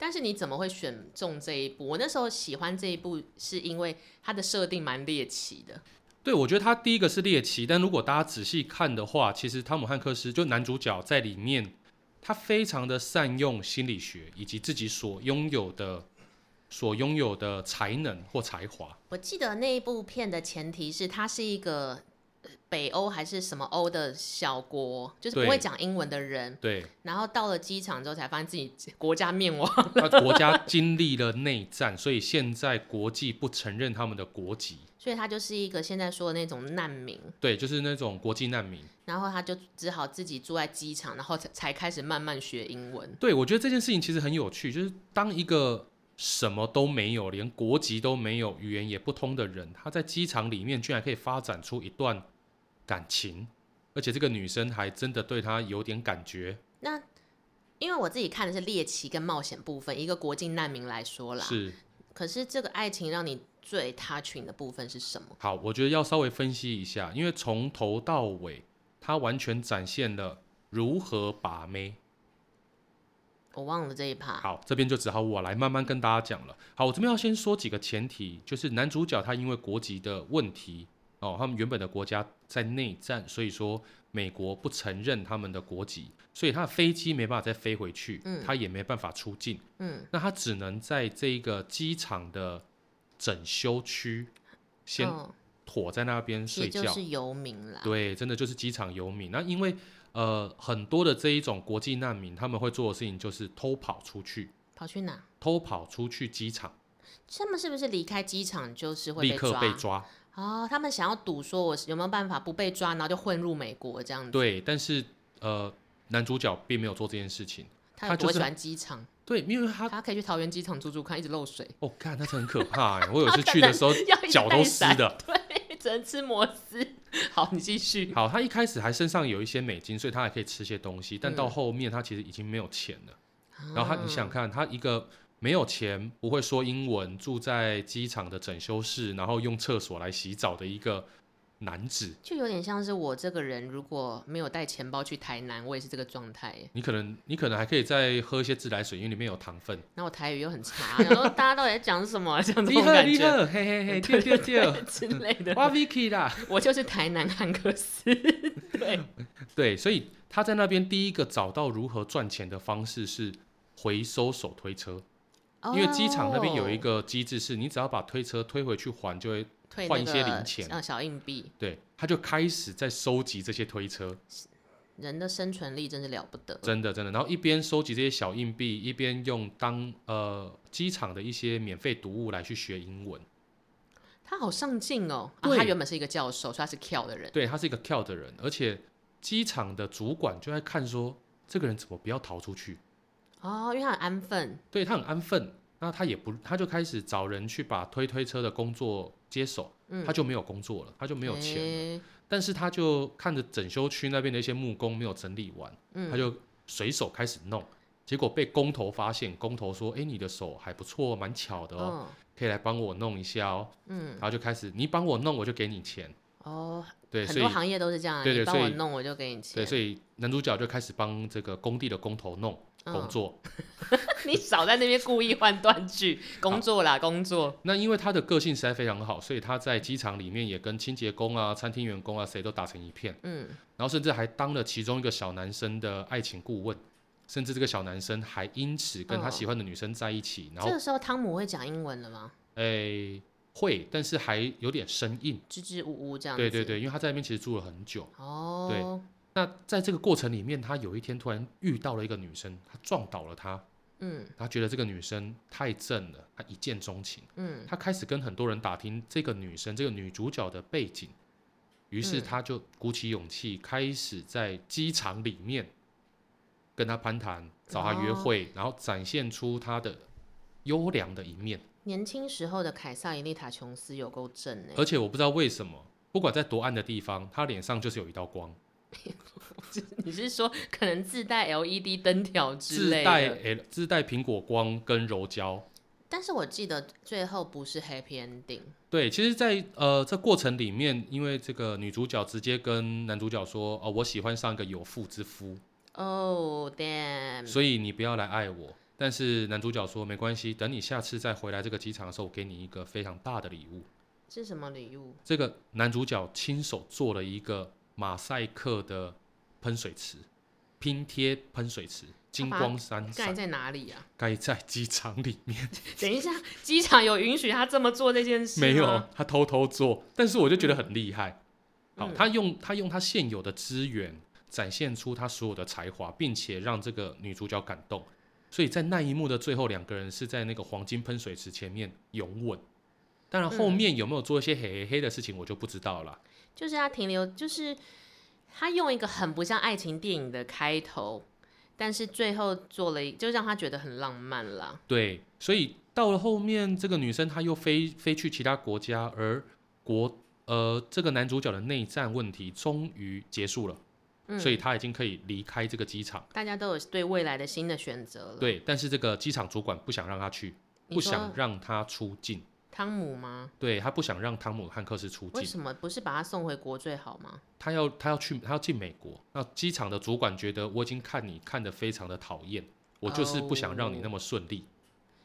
[SPEAKER 1] 但是你怎么会选中这一部？我那时候喜欢这一部，是因为它的设定蛮猎奇的。”。
[SPEAKER 2] 对，我觉得它第一个是猎奇，但如果大家仔细看的话，其实汤姆汉克斯就男主角在里面，他非常的善用心理学以及自己所拥有的所拥有的才能或才华。
[SPEAKER 1] 我记得那一部片的前提是它是一个呃北欧还是什么欧的小国，就是不
[SPEAKER 2] 对
[SPEAKER 1] 会讲英文的人，
[SPEAKER 2] 对，
[SPEAKER 1] 然后到了机场之后才发现自己国家灭亡。
[SPEAKER 2] 他国家经历了内战，所以现在国际不承认他们的国籍，
[SPEAKER 1] 所以他就是一个现在说的那种难民，
[SPEAKER 2] 对，就是那种国际难民。
[SPEAKER 1] 然后他就只好自己住在机场，然后才才开始慢慢学英文。
[SPEAKER 2] 对我觉得这件事情其实很有趣，就是当一个什么都没有，连国籍都没有，语言也不通的人，他在机场里面居然可以发展出一段感情，而且这个女生还真的对他有点感觉，
[SPEAKER 1] 那因为我自己看的是猎奇跟冒险部分，一个国境难民来说啦，
[SPEAKER 2] 是
[SPEAKER 1] 可是这个爱情让你最 touching 的部分是什么？
[SPEAKER 2] 好，我觉得要稍微分析一下，因为从头到尾，他完全展现了如何把妹。
[SPEAKER 1] 我忘了这一趴。
[SPEAKER 2] 好，这边就只好我来慢慢跟大家讲了。好，我这边要先说几个前提，就是男主角他因为国籍的问题，哦，他们原本的国家在内战，所以说美国不承认他们的国籍，所以他的飞机没办法再飞回去，
[SPEAKER 1] 嗯
[SPEAKER 2] 他也没办法出境，
[SPEAKER 1] 嗯，
[SPEAKER 2] 那他只能在这个机场的整修区先
[SPEAKER 1] 嗯
[SPEAKER 2] 躲在那边
[SPEAKER 1] 其实
[SPEAKER 2] 睡觉。
[SPEAKER 1] 就是游民啦。
[SPEAKER 2] 对，真的就是机场游民。那因为呃很多的这一种国际难民，他们会做的事情就是偷跑出去。
[SPEAKER 1] 跑去哪？
[SPEAKER 2] 偷跑出去机场，
[SPEAKER 1] 他们是不是离开机场就是会
[SPEAKER 2] 立刻
[SPEAKER 1] 抓？
[SPEAKER 2] 被抓。
[SPEAKER 1] 哦，他们想要赌，说我有没有办法不被抓，然后就混入美国这样子。，
[SPEAKER 2] 对，但是呃，男主角并没有做这件事情。
[SPEAKER 1] 他
[SPEAKER 2] 他
[SPEAKER 1] 有
[SPEAKER 2] 就
[SPEAKER 1] 多
[SPEAKER 2] 是
[SPEAKER 1] 喜欢机场，
[SPEAKER 2] 对，因为他
[SPEAKER 1] 他可以去桃园机场住住看，一直漏 水，
[SPEAKER 2] 哦，看那是很可怕 哎、我有一次去的时候
[SPEAKER 1] 要一直
[SPEAKER 2] 脚
[SPEAKER 1] 带
[SPEAKER 2] 都湿
[SPEAKER 1] 伞，
[SPEAKER 2] 的。
[SPEAKER 1] 对，只能吃摩斯。好，你继续。
[SPEAKER 2] 好，他一开始还身上有一些美金，所以他还可以吃些东西，但到
[SPEAKER 1] 嗯
[SPEAKER 2] 后面他其实已经没有钱了。然后他，你想
[SPEAKER 1] 啊，
[SPEAKER 2] 看他一个没有钱、不会说英文、住在机场的整修室，然后用厕所来洗澡的一个男子，
[SPEAKER 1] 就有点像是我这个人，如果没有带钱包去台南，我也是这个状态耶。
[SPEAKER 2] 你可能你可能还可以再喝一些自来水，因为里面有糖分。
[SPEAKER 1] 然后我台语又很差，然后大家到底在讲什么？ 这样子
[SPEAKER 2] 厉
[SPEAKER 1] 这种
[SPEAKER 2] 害
[SPEAKER 1] 感
[SPEAKER 2] 厉
[SPEAKER 1] 觉
[SPEAKER 2] 害，嘿嘿嘿，
[SPEAKER 1] 对
[SPEAKER 2] 对对
[SPEAKER 1] 对
[SPEAKER 2] 对，
[SPEAKER 1] 之类的。
[SPEAKER 2] 哇 Vicky 啦，
[SPEAKER 1] 我就是台南汉克斯，对，
[SPEAKER 2] 对，所以他在那边第一个找到如何赚钱的方式是回收手推车，因为机场那边有一
[SPEAKER 1] 哦
[SPEAKER 2] 个机制是，你只要把推车推回去还，就会
[SPEAKER 1] 退
[SPEAKER 2] 换
[SPEAKER 1] 那
[SPEAKER 2] 一些
[SPEAKER 1] 个
[SPEAKER 2] 零钱
[SPEAKER 1] 呃，小硬币。
[SPEAKER 2] 对，他就开始在收集这些推车，
[SPEAKER 1] 人的生存力真是了不得。
[SPEAKER 2] 真的真的，然后一边收集这些小硬币，一边用当呃机场的一些免费读物来去学英文。
[SPEAKER 1] 他好上进哦、啊！
[SPEAKER 2] 对
[SPEAKER 1] 他原本是一个教授，所以他是跳的人。
[SPEAKER 2] 对他是一个跳的人，而且机场的主管就在看说，这个人怎么不要逃出去？
[SPEAKER 1] 哦，因为他很安分，
[SPEAKER 2] 对他很安分，那他也不，他就开始找人去把推推车的工作接手，
[SPEAKER 1] 嗯
[SPEAKER 2] 他就没有工作了，他就没有钱了。啊
[SPEAKER 1] 诶
[SPEAKER 2] 但是他就看着整修区那边的一些木工没有整理完，
[SPEAKER 1] 嗯
[SPEAKER 2] 他就随手开始弄，结果被工头发现，工头说：“哎，你的手还不错，蛮巧的哦，
[SPEAKER 1] 嗯
[SPEAKER 2] 可以来帮我弄一下哦。”
[SPEAKER 1] 嗯
[SPEAKER 2] 然后就开始你帮我弄，我就给你钱。
[SPEAKER 1] 哦，
[SPEAKER 2] 对，
[SPEAKER 1] 很
[SPEAKER 2] 所以
[SPEAKER 1] 多行业都是这样啊，
[SPEAKER 2] 对对
[SPEAKER 1] 你帮我
[SPEAKER 2] 所以
[SPEAKER 1] 弄我就给你钱。
[SPEAKER 2] 对，所以男主角就开始帮这个工地的工头弄
[SPEAKER 1] 嗯
[SPEAKER 2] 工作。
[SPEAKER 1] 你少在那边故意换断句，工作啦，工作。
[SPEAKER 2] 那因为他的个性实在非常好，所以他在机场里面也跟清洁工啊、餐厅员工啊谁都打成一片，
[SPEAKER 1] 嗯，
[SPEAKER 2] 然后甚至还当了其中一个小男生的爱情顾问，甚至这个小男生还因此跟他
[SPEAKER 1] 嗯
[SPEAKER 2] 喜欢的女生在一起，然
[SPEAKER 1] 这
[SPEAKER 2] 后
[SPEAKER 1] 个时候汤姆会讲英文了吗？
[SPEAKER 2] 诶、会，但是还有点生硬。
[SPEAKER 1] 支支吾吾这样子。
[SPEAKER 2] 对对。对，因为他在那边其实住了很久。
[SPEAKER 1] 哦。
[SPEAKER 2] 那在这个过程里面，他有一天突然遇到了一个女生，他撞倒了她，
[SPEAKER 1] 嗯
[SPEAKER 2] 他觉得这个女生太正了，他一见钟情。
[SPEAKER 1] 嗯
[SPEAKER 2] 他开始跟很多人打听这个女生、这个女主角的背景，于是
[SPEAKER 1] 嗯
[SPEAKER 2] 他就鼓起勇气，开始在机场里面跟她攀谈，找她约
[SPEAKER 1] 哦
[SPEAKER 2] 会，然后展现出她的优良的一面。
[SPEAKER 1] 年轻时候的凯撒琳丽塔·琼斯有够正哎、
[SPEAKER 2] 而且我不知道为什么，不管在多暗的地方，她脸上就是有一道光，
[SPEAKER 1] 你是说可能自带 LED 灯条之
[SPEAKER 2] 自
[SPEAKER 1] 类
[SPEAKER 2] 带
[SPEAKER 1] 的？
[SPEAKER 2] L 自带苹果光跟柔焦。
[SPEAKER 1] 但是我记得最后不是 Happy Ending，
[SPEAKER 2] 对，其实在，呃这过程里面，因为这个女主角直接跟男主角说：“哦、我喜欢上一个有妇之夫。”
[SPEAKER 1] 哦、damn，
[SPEAKER 2] 所以你不要来爱我。但是男主角说没关系，等你下次再回来这个机场的时候，我给你一个非常大的礼物。
[SPEAKER 1] 是什么礼物？
[SPEAKER 2] 这个男主角亲手做了一个马赛克的喷水池，拼贴喷水池，金光闪
[SPEAKER 1] 盖
[SPEAKER 2] 闪，
[SPEAKER 1] 在哪里啊？
[SPEAKER 2] 盖在机场里面。
[SPEAKER 1] 等一下，机场有允许他这么做这件事吗
[SPEAKER 2] 没有，他偷偷做，但是我就觉得很厉害。好，
[SPEAKER 1] 嗯
[SPEAKER 2] 他用他用他现有的资源展现出他所有的才华，并且让这个女主角感动。所以在那一幕的最后，两个人是在那个黄金喷水池前面拥吻。当然，后面有没有做一些黑黑黑的事情，我就不知道了。
[SPEAKER 1] 就是他停留，就是他用一个很不像爱情电影的开头，但是最后做了一，就让他觉得很浪漫啦。
[SPEAKER 2] 对，所以到了后面，这个女生她又飞飞去其他国家，而国呃这个男主角的内战问题终于结束了，
[SPEAKER 1] 嗯，
[SPEAKER 2] 所以他已经可以离开这个机场。
[SPEAKER 1] 大家都有对未来的新的选择了。，
[SPEAKER 2] 对，但是这个机场主管不想让他去，
[SPEAKER 1] 你
[SPEAKER 2] 不
[SPEAKER 1] 说
[SPEAKER 2] 想让他出境，
[SPEAKER 1] 汤姆吗？
[SPEAKER 2] 对他不想让汤姆汉克斯出
[SPEAKER 1] 为
[SPEAKER 2] 境，
[SPEAKER 1] 什么不是把他送回国最好吗？
[SPEAKER 2] 他要他要去他要进美国。那机场的主管觉得我已经看你看得非常的讨厌，我就是不想
[SPEAKER 1] 哦
[SPEAKER 2] 让你那么顺利。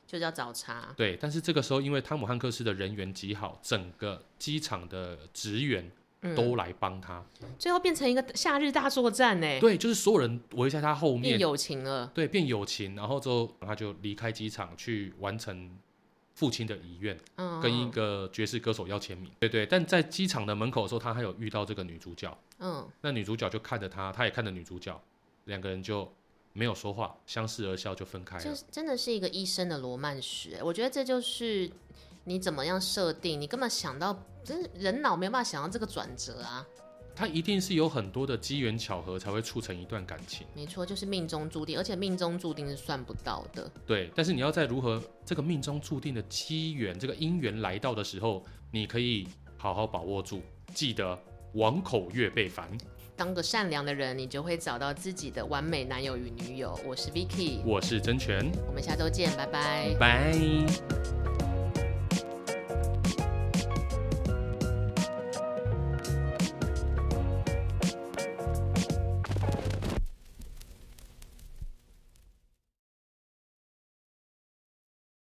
[SPEAKER 1] 就叫找茬。
[SPEAKER 2] 对，但是这个时候因为汤姆汉克斯的人缘极好，整个机场的职员
[SPEAKER 1] 嗯，
[SPEAKER 2] 都来帮他，
[SPEAKER 1] 最后变成一个夏日大作战呢、
[SPEAKER 2] 对，就是所有人围在他后
[SPEAKER 1] 变
[SPEAKER 2] 面，
[SPEAKER 1] 友情了。
[SPEAKER 2] 对，变友情，然后之后他就离开机场去完成父亲的遗愿。
[SPEAKER 1] 嗯，
[SPEAKER 2] 跟一个爵士歌手要签名。对对，但在机场的门口的时候，他还有遇到这个女主角，
[SPEAKER 1] 嗯，
[SPEAKER 2] 那女主角就看着他，他也看着女主角，两个人就没有说话，相视而笑就分开
[SPEAKER 1] 这
[SPEAKER 2] 了。
[SPEAKER 1] 真的是一个一生的罗曼史欸。我觉得这就是你怎么样设定，你根本想到，真是人脑没有办法想到这个转折啊。
[SPEAKER 2] 他一定是有很多的机缘巧合才会促成一段感情，
[SPEAKER 1] 没错，就是命中注定，而且命中注定是算不到的。
[SPEAKER 2] 对。但是你要在如何这个命中注定的机缘，这个姻缘来到的时候，你可以好好把握住，记得王口月被烦。
[SPEAKER 1] 当个善良的人，你就会找到自己的完美男友与女友。我是 Vicky，
[SPEAKER 2] 我是真权，
[SPEAKER 1] 我们下周见，拜拜。
[SPEAKER 2] 拜。